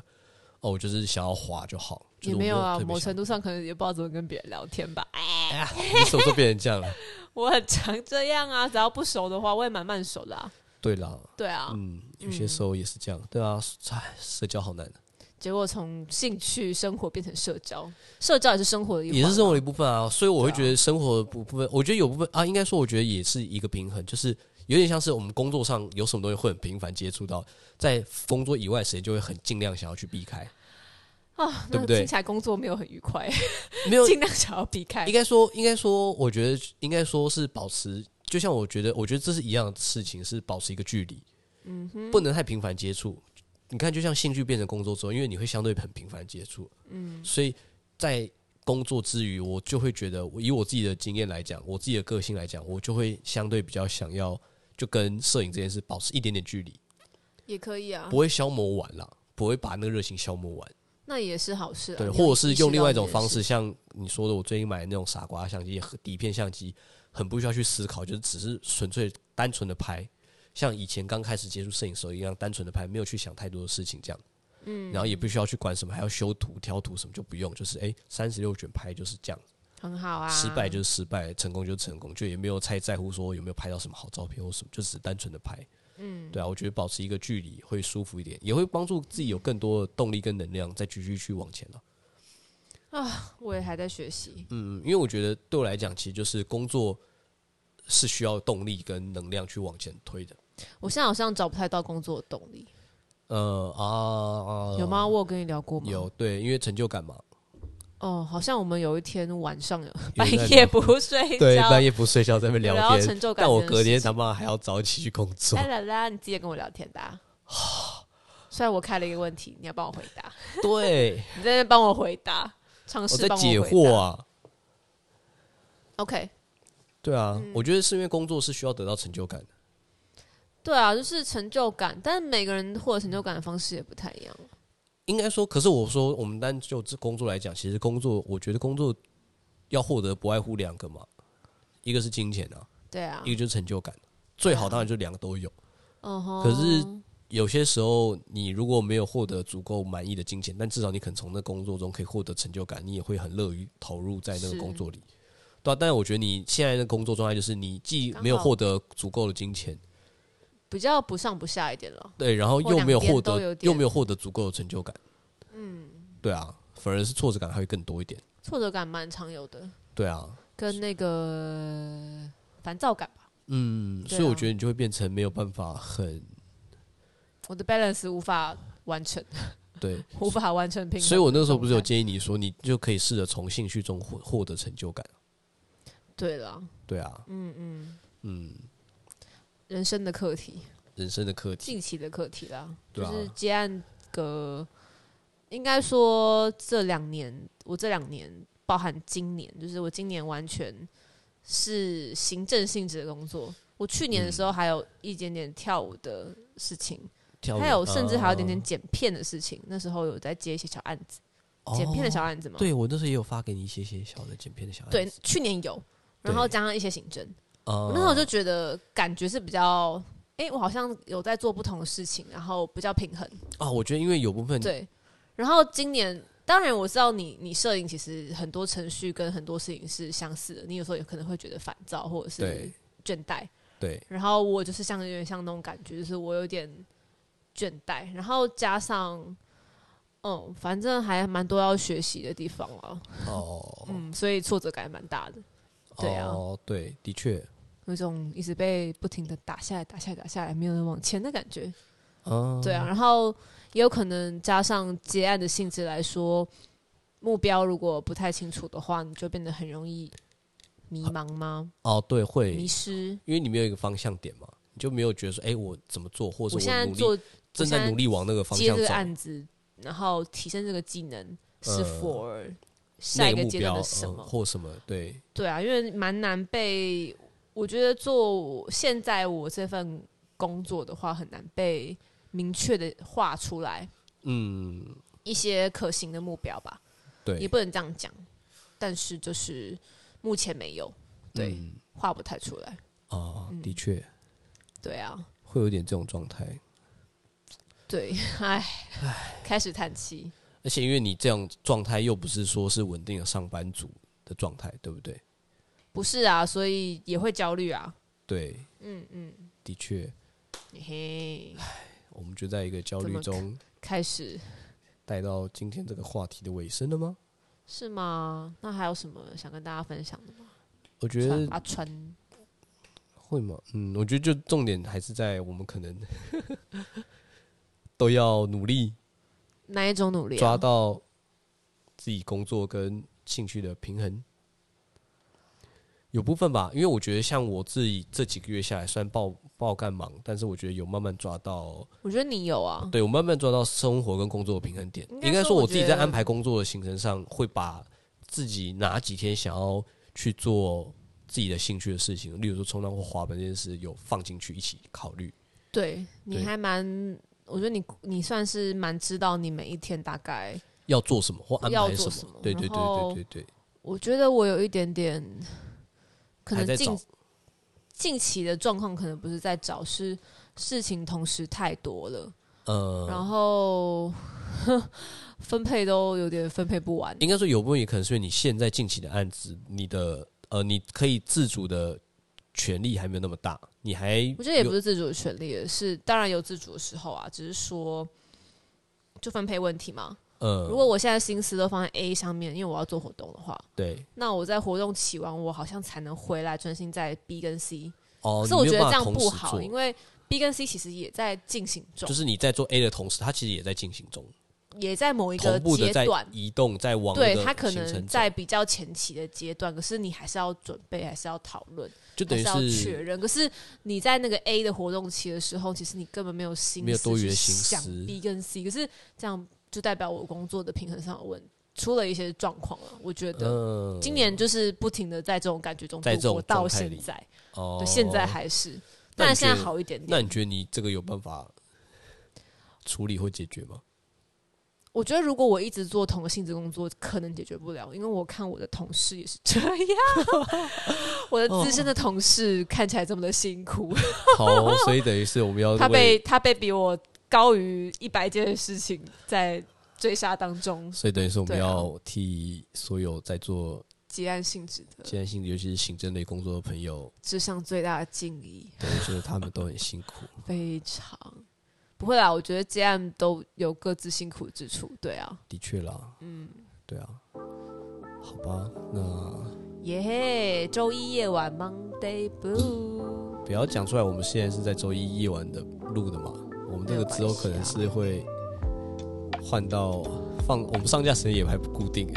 Speaker 2: 哦，我就是想要滑就好，就是
Speaker 1: 也
Speaker 2: 我
Speaker 1: 没有啊。
Speaker 2: 特别
Speaker 1: 某
Speaker 2: 想
Speaker 1: 程度上，可能也不知道怎么跟别人聊天吧。哎
Speaker 2: 哎呀，你什么时候变成这样了？
Speaker 1: 我很常这样啊，只要不熟的话，我也蛮慢熟的啊。
Speaker 2: 对啦，
Speaker 1: 对啊，
Speaker 2: 嗯，有些时候也是这样，对啊，哎，社交好难，
Speaker 1: 结果从兴趣生活变成社交，社交也是生活的一环
Speaker 2: 也
Speaker 1: 啊
Speaker 2: 是生活的一部分啊，所以我会
Speaker 1: 对啊
Speaker 2: 觉得生活的部部分，我觉得有部分啊，应该说我觉得也是一个平衡，就是有点像是我们工作上有什么东西会很频繁接触到，在工作以外的时间就会很尽量想要去避开，
Speaker 1: 啊，
Speaker 2: 对
Speaker 1: 那
Speaker 2: 不对
Speaker 1: 听起来工作没有很愉快，
Speaker 2: 没有，
Speaker 1: 尽量想要避开
Speaker 2: 应。该说应该说，我觉得应该说是保持，就像我觉得，我觉得这是一样的事情，是保持一个距离，嗯，不能太频繁接触。你看，就像兴趣变成工作之后，因为你会相对很频繁接触，嗯，所以在工作之余，我就会觉得，我以我自己的经验来讲，我自己的个性来讲，我就会相对比较想要就跟摄影这件事保持一点点距离，
Speaker 1: 也可以啊
Speaker 2: 不，会消磨完啦，不会把那个热情消磨完。
Speaker 1: 那也是好事、啊。
Speaker 2: 对，
Speaker 1: 你有
Speaker 2: 或者是
Speaker 1: 意识到
Speaker 2: 用另外一种
Speaker 1: 这件
Speaker 2: 方
Speaker 1: 事
Speaker 2: 式，像你说的，我最近买的那种傻瓜相机，很底片相机，很不需要去思考，就是只是纯粹单纯的拍，像以前刚开始接触摄影时候一样，单纯的拍，没有去想太多的事情，这样。嗯，然后也不需要去管什么，还要修图、挑图什么就不用，就是哎，三十六卷拍就是这样，
Speaker 1: 很好啊。
Speaker 2: 失败就是失败，成功就是成功，就也没有太在乎说有没有拍到什么好照片或什么，就只是单纯的拍。嗯，对啊，我觉得保持一个距离啊会舒服一点，也会帮助自己有更多的动力跟能量，再继续去往前了。
Speaker 1: 我也还在学习，
Speaker 2: 嗯，因为我觉得对我来讲，其实就是工作是需要动力跟能量去往前推的。
Speaker 1: 我现在好像找不太到工作的动力，
Speaker 2: 呃啊，啊
Speaker 1: 有吗？？我有跟你聊过吗？
Speaker 2: 有对，因为成就感嘛，
Speaker 1: 哦，好像我们有一天晚上有
Speaker 2: 有
Speaker 1: 半
Speaker 2: 在
Speaker 1: 夜
Speaker 2: 聊
Speaker 1: 不睡觉，
Speaker 2: 对，半夜不睡觉在那边
Speaker 1: 有
Speaker 2: 聊
Speaker 1: 聊到
Speaker 2: 天，
Speaker 1: 成就感
Speaker 2: 但我
Speaker 1: 这件
Speaker 2: 隔天
Speaker 1: 事情
Speaker 2: 他妈还要早起去工作
Speaker 1: 啦。啦哎啦，你自己也跟我聊天的、 啊。虽然我开了一个问题，你要帮我回答，
Speaker 2: 对，
Speaker 1: 你在那边帮我回答，尝
Speaker 2: 我
Speaker 1: 试
Speaker 2: 在
Speaker 1: 帮
Speaker 2: 解
Speaker 1: 回答
Speaker 2: 惑。啊。
Speaker 1: OK，
Speaker 2: 对啊，
Speaker 1: 嗯
Speaker 2: 我觉得是因为工作是需要得到成就感的。
Speaker 1: 对啊，就是成就感，但每个人获得成就感的方式也不太一样。
Speaker 2: 应该说，可是我说，我们单就这工作来讲，其实工作，我觉得工作要获得不外乎两个嘛，一个是金钱啊，
Speaker 1: 对啊
Speaker 2: 一，个就是成就感。最好当然就两个都有。
Speaker 1: 嗯哼。
Speaker 2: 可是有些时候，你如果没有获得足够满意的金钱，但至少你肯从那工作中可以获得成就感，你也会很乐于投入在那个
Speaker 1: 是
Speaker 2: 工作里。对、啊，但我觉得你现在的工作状态就是，你既没有
Speaker 1: 刚好
Speaker 2: 获得足够的金钱，
Speaker 1: 比较不上不下一点了。
Speaker 2: 对，然后
Speaker 1: 或
Speaker 2: 又
Speaker 1: 两
Speaker 2: 没有
Speaker 1: 边
Speaker 2: 获
Speaker 1: 都
Speaker 2: 得
Speaker 1: 有点
Speaker 2: 又没有获得足够的成就感，嗯，对啊，反而是挫折感还会更多一点，
Speaker 1: 挫折感蛮常有的，
Speaker 2: 对啊，
Speaker 1: 跟那个烦躁感吧。
Speaker 2: 嗯，
Speaker 1: 对啊
Speaker 2: 所以我觉得你就会变成没有办法很
Speaker 1: 我的 balance 无法完成，
Speaker 2: 对，
Speaker 1: 无法完成平衡。
Speaker 2: 所以我那时候不是有
Speaker 1: 状态
Speaker 2: 建议你说，你就可以试着从兴趣中获获得成就感，
Speaker 1: 对了，
Speaker 2: 对啊，嗯嗯
Speaker 1: 人生的课题，
Speaker 2: 人生的课题，
Speaker 1: 近期的课题啦，
Speaker 2: 对啊
Speaker 1: 就是接案个，应该说这两年，我这两年包含今年，就是我今年完全是行政性质的工作。我去年的时
Speaker 2: 嗯
Speaker 1: 候还有一点点跳舞的事情，
Speaker 2: 跳舞
Speaker 1: 还有甚至还有一点点
Speaker 2: 啊
Speaker 1: 剪片的事情。那时候有在接一些小案子，剪片的小
Speaker 2: 哦
Speaker 1: 案子嘛。
Speaker 2: 对我那时候也有发给你一些些小的剪片的小案
Speaker 1: 对
Speaker 2: 子，，
Speaker 1: 去年有，然后加上一些行政。我
Speaker 2: 我
Speaker 1: 那时候就觉得感觉是比较，诶，我好像有在做不同的事情，然后比较平衡。
Speaker 2: 啊，我觉得因为有部分
Speaker 1: 对，然后今年当然我知道你，你摄影其实很多程序跟很多事情是相似的，你有时候也可能会觉得烦躁或者是
Speaker 2: 对
Speaker 1: 倦怠。
Speaker 2: 对
Speaker 1: 然后我就是像有点像那种感觉，就是我有点倦怠，然后加上。嗯，反正还蛮多要学习的地方了，
Speaker 2: 哦
Speaker 1: 嗯，所以挫折感还蛮大的，对啊
Speaker 2: 哦对，的确
Speaker 1: 有一种一直被不停的打下来、打下来、打下来，没有人往前的感觉。
Speaker 2: 啊
Speaker 1: 对啊，然后也有可能加上结案的性质来说，目标如果不太清楚的话，你就变得很容易迷茫吗？
Speaker 2: 哦对会
Speaker 1: 迷失。
Speaker 2: 因为你没有一个方向点嘛，你就没有觉得说，哎、我怎么做，或者
Speaker 1: 我现在
Speaker 2: 努力
Speaker 1: 做
Speaker 2: 正在努力往那个方
Speaker 1: 接
Speaker 2: 向
Speaker 1: 这
Speaker 2: 走
Speaker 1: 个，案子，然后提升这个技能是
Speaker 2: 呃
Speaker 1: for 下
Speaker 2: 那
Speaker 1: 一个
Speaker 2: 目
Speaker 1: 阶段
Speaker 2: 标、
Speaker 1: 的
Speaker 2: 呃
Speaker 1: 什么？
Speaker 2: 或什么，对，
Speaker 1: 对啊，因为蛮难被，我觉得做现在我这份工作的话，很难被明确的画出来
Speaker 2: 嗯，
Speaker 1: 一些可行的目标吧。也
Speaker 2: 对，
Speaker 1: 不能这样讲，但是就是目前没有，对，嗯
Speaker 2: 嗯
Speaker 1: 画不太出来。
Speaker 2: 啊、的确
Speaker 1: 对啊，
Speaker 2: 会有点这种状态，
Speaker 1: 对，唉，开始叹气。
Speaker 2: 而且因为你这样状态又不是说是稳定的上班族的状态，对不对？
Speaker 1: 不是啊，所以也会焦虑啊。
Speaker 2: 对，嗯嗯，的确，
Speaker 1: 嘿嘿，
Speaker 2: 我们就在一个焦
Speaker 1: 怎
Speaker 2: 虑
Speaker 1: 么
Speaker 2: 中
Speaker 1: 开始
Speaker 2: 带到今天这个话题的尾声了吗？
Speaker 1: 是吗？那还有什么想跟大家分享的吗？
Speaker 2: 我觉得
Speaker 1: 穿啊穿，
Speaker 2: 会吗？嗯，我觉得就重点还是在我们可能都要努力
Speaker 1: 哪一种努力、
Speaker 2: 抓
Speaker 1: 啊？
Speaker 2: 到自己工作跟兴趣的平衡，有部分吧。因为我觉得像我自己这几个月下来，虽然爆爆干忙，但是我觉得有慢慢抓到，
Speaker 1: 我觉得你有啊。
Speaker 2: 对我慢慢抓到生活跟工作的平衡点。
Speaker 1: 应该
Speaker 2: 应该
Speaker 1: 说
Speaker 2: 说，
Speaker 1: 我
Speaker 2: 我自己
Speaker 1: 觉
Speaker 2: 在
Speaker 1: 得
Speaker 2: 安排工作的行程上，会把自己哪几天想要去做。自己的兴趣的事情，例如说冲浪或滑板这件事，有放进去一起考虑。
Speaker 1: 对你
Speaker 2: 对
Speaker 1: 还蛮，我觉得你你算是蛮知道你每一天大概
Speaker 2: 要做什么或安
Speaker 1: 要
Speaker 2: 排
Speaker 1: 做
Speaker 2: 什
Speaker 1: 什
Speaker 2: 么
Speaker 1: 么？
Speaker 2: 对对
Speaker 1: 然后
Speaker 2: 对对对
Speaker 1: 我觉得我有一点点，可
Speaker 2: 对，
Speaker 1: 能
Speaker 2: 还在
Speaker 1: 近
Speaker 2: 找
Speaker 1: 近期的状况，可能不是在找，是事情同时太多了，
Speaker 2: 呃，
Speaker 1: 然后分配都有点分配不完。
Speaker 2: 应该说有部分也可能是因为你现在近期的案子，你的呃，你可以自主的权利还没有那么大，你还
Speaker 1: 我觉得也
Speaker 2: 有
Speaker 1: 不是自主的权利了，是当然有自主的时候啊，只是说就分配问题嘛。
Speaker 2: 呃
Speaker 1: 如，果我现在心思都放在 A 上面，因为我要做活动的话，
Speaker 2: 对，
Speaker 1: 那我在活动起完，我好像才能回来专心在 B 跟 C。
Speaker 2: 哦，
Speaker 1: 可是
Speaker 2: 你
Speaker 1: 我
Speaker 2: 没
Speaker 1: 觉
Speaker 2: 有
Speaker 1: 得这
Speaker 2: 办法
Speaker 1: 样
Speaker 2: 同
Speaker 1: 不
Speaker 2: 时
Speaker 1: 好，
Speaker 2: 做
Speaker 1: 因为 B 跟 C 其实也在进行中
Speaker 2: 就，是你在做 A 的同时，它其实也在进行中，
Speaker 1: 也在某一个
Speaker 2: 同步的
Speaker 1: 阶
Speaker 2: 在
Speaker 1: 段。
Speaker 2: 移动，在往那
Speaker 1: 对
Speaker 2: 个
Speaker 1: 它可
Speaker 2: 行程
Speaker 1: 能
Speaker 2: 走
Speaker 1: 在比较前期的阶段，可是你还是要准备，还是要讨论，
Speaker 2: 就
Speaker 1: 还
Speaker 2: 等于
Speaker 1: 是要确
Speaker 2: 是
Speaker 1: 认。可是你在那个 A 的活动期的时候，其实你根本没有心思
Speaker 2: 没有多余的
Speaker 1: 去
Speaker 2: 心
Speaker 1: 想
Speaker 2: 思
Speaker 1: B 跟 C。可是这样就代表我工作的平衡上有问出了一些状况了。我觉得
Speaker 2: 嗯，
Speaker 1: 今年就是不停的在这种感觉中
Speaker 2: 在这
Speaker 1: 度过
Speaker 2: 种
Speaker 1: 到
Speaker 2: 状态
Speaker 1: 现
Speaker 2: 里
Speaker 1: 在，
Speaker 2: 哦
Speaker 1: 对，现在还是，
Speaker 2: 那你
Speaker 1: 但现在
Speaker 2: 觉得
Speaker 1: 好一点点
Speaker 2: 那。你觉得你这个有办法处理或解决 吗？
Speaker 1: 我觉得如果我一直做同个性质工作，可能解决不了，因为我看我的同事也是这 样，我
Speaker 2: 哦
Speaker 1: 的资深的同事看起来这么的辛苦，
Speaker 2: 好，所以等于是我们要
Speaker 1: 他
Speaker 2: 为
Speaker 1: 被他被比我高于一百件的事情在追杀当中，
Speaker 2: 所以等于是我们
Speaker 1: 对啊
Speaker 2: 要替所有在做
Speaker 1: 结案性质的，
Speaker 2: 既然性，尤其是行政类工作的朋友，
Speaker 1: 致上最大的敬意，
Speaker 2: 等于是他们都很辛苦。
Speaker 1: 非常不会啦，我觉得结案都有各自辛苦之处，对啊，
Speaker 2: 的确啦，嗯，对啊，好吧，那
Speaker 1: 耶、周一夜晚 Monday Blue。
Speaker 2: 不要讲出来，我们现在是在周一夜晚的录的嘛，我们这个之后可能是会换到放，我们上架时间也还不固定。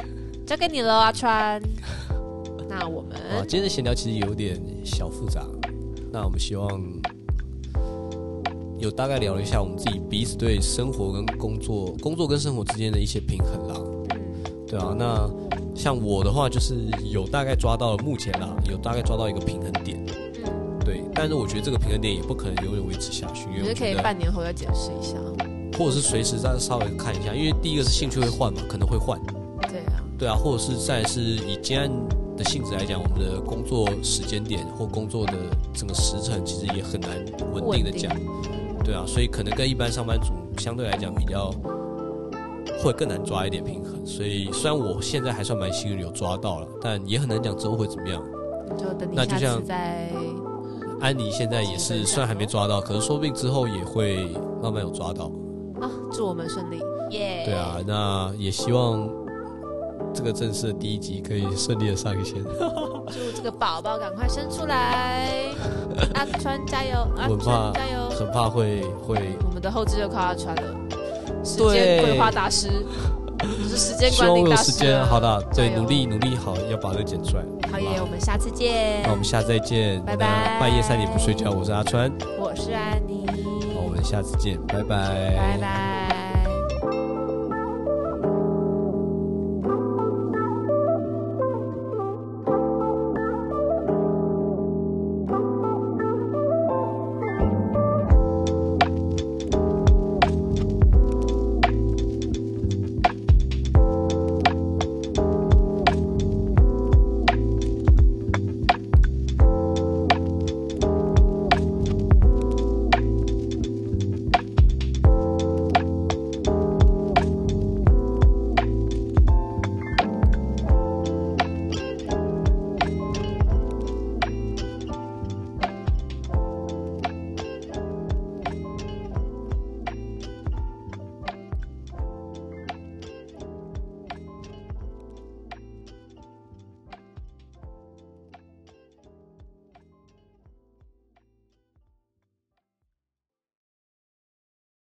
Speaker 1: 交给你了，阿 川。那我们
Speaker 2: 啊，今天的闲聊其实有点小复杂，那我们希望有大概聊了一下我们自己彼此对生活跟工作、工作跟生活之间的一些平衡啦。
Speaker 1: 嗯
Speaker 2: 对啊，那像我的话就是有大概抓到了目前啦，有大概抓到一个平衡点。
Speaker 1: 嗯
Speaker 2: 对，但是我觉得这个平衡点也不可能永远维持下去，因
Speaker 1: 我
Speaker 2: 为
Speaker 1: 觉
Speaker 2: 我
Speaker 1: 得可
Speaker 2: 觉
Speaker 1: 以
Speaker 2: 得
Speaker 1: 半年后再解释一下。
Speaker 2: 或者是随时再稍微看一下，因为第一个是兴趣会换嘛，可能会换。
Speaker 1: 对啊，
Speaker 2: 对啊，或者是再是以接案的性质来讲，我们的工作时间点或工作的整个时程，其实也很难稳定的讲。对啊，所以可能跟一般上班族相对来讲比较会更难抓一点平衡。所以虽然我现在还算蛮幸运有抓到了，但也很难讲之后会怎么样。
Speaker 1: 那就等你
Speaker 2: 那就
Speaker 1: 下次
Speaker 2: 像
Speaker 1: 再。
Speaker 2: 安妮现在也是虽然还没抓到，可是说不定之后也会慢慢有抓到。
Speaker 1: 啊，祝我们顺利，耶、
Speaker 2: 对啊，，那也希望这个正式的第一集可以顺利的上线。
Speaker 1: 祝这个宝宝赶快生出来。阿川加油，阿
Speaker 2: 我很怕
Speaker 1: 川加油。
Speaker 2: 很怕会会
Speaker 1: 我们的后置就靠阿川了，时
Speaker 2: 对
Speaker 1: 间规划大 师，你是时间
Speaker 2: 希
Speaker 1: 管
Speaker 2: 望
Speaker 1: 理
Speaker 2: 我
Speaker 1: 大
Speaker 2: 有
Speaker 1: 师。
Speaker 2: 时间，好的，对，
Speaker 1: 加油
Speaker 2: 努力努力，好，要把这个剪出来。
Speaker 1: 好
Speaker 2: 吧
Speaker 1: 耶，我们下次见。
Speaker 2: 那我们下次再见。
Speaker 1: 拜
Speaker 2: 那
Speaker 1: 拜
Speaker 2: 半夜三点不睡觉，我是阿川，
Speaker 1: 我是安妮，
Speaker 2: 好，我们下次见，拜
Speaker 1: 拜拜。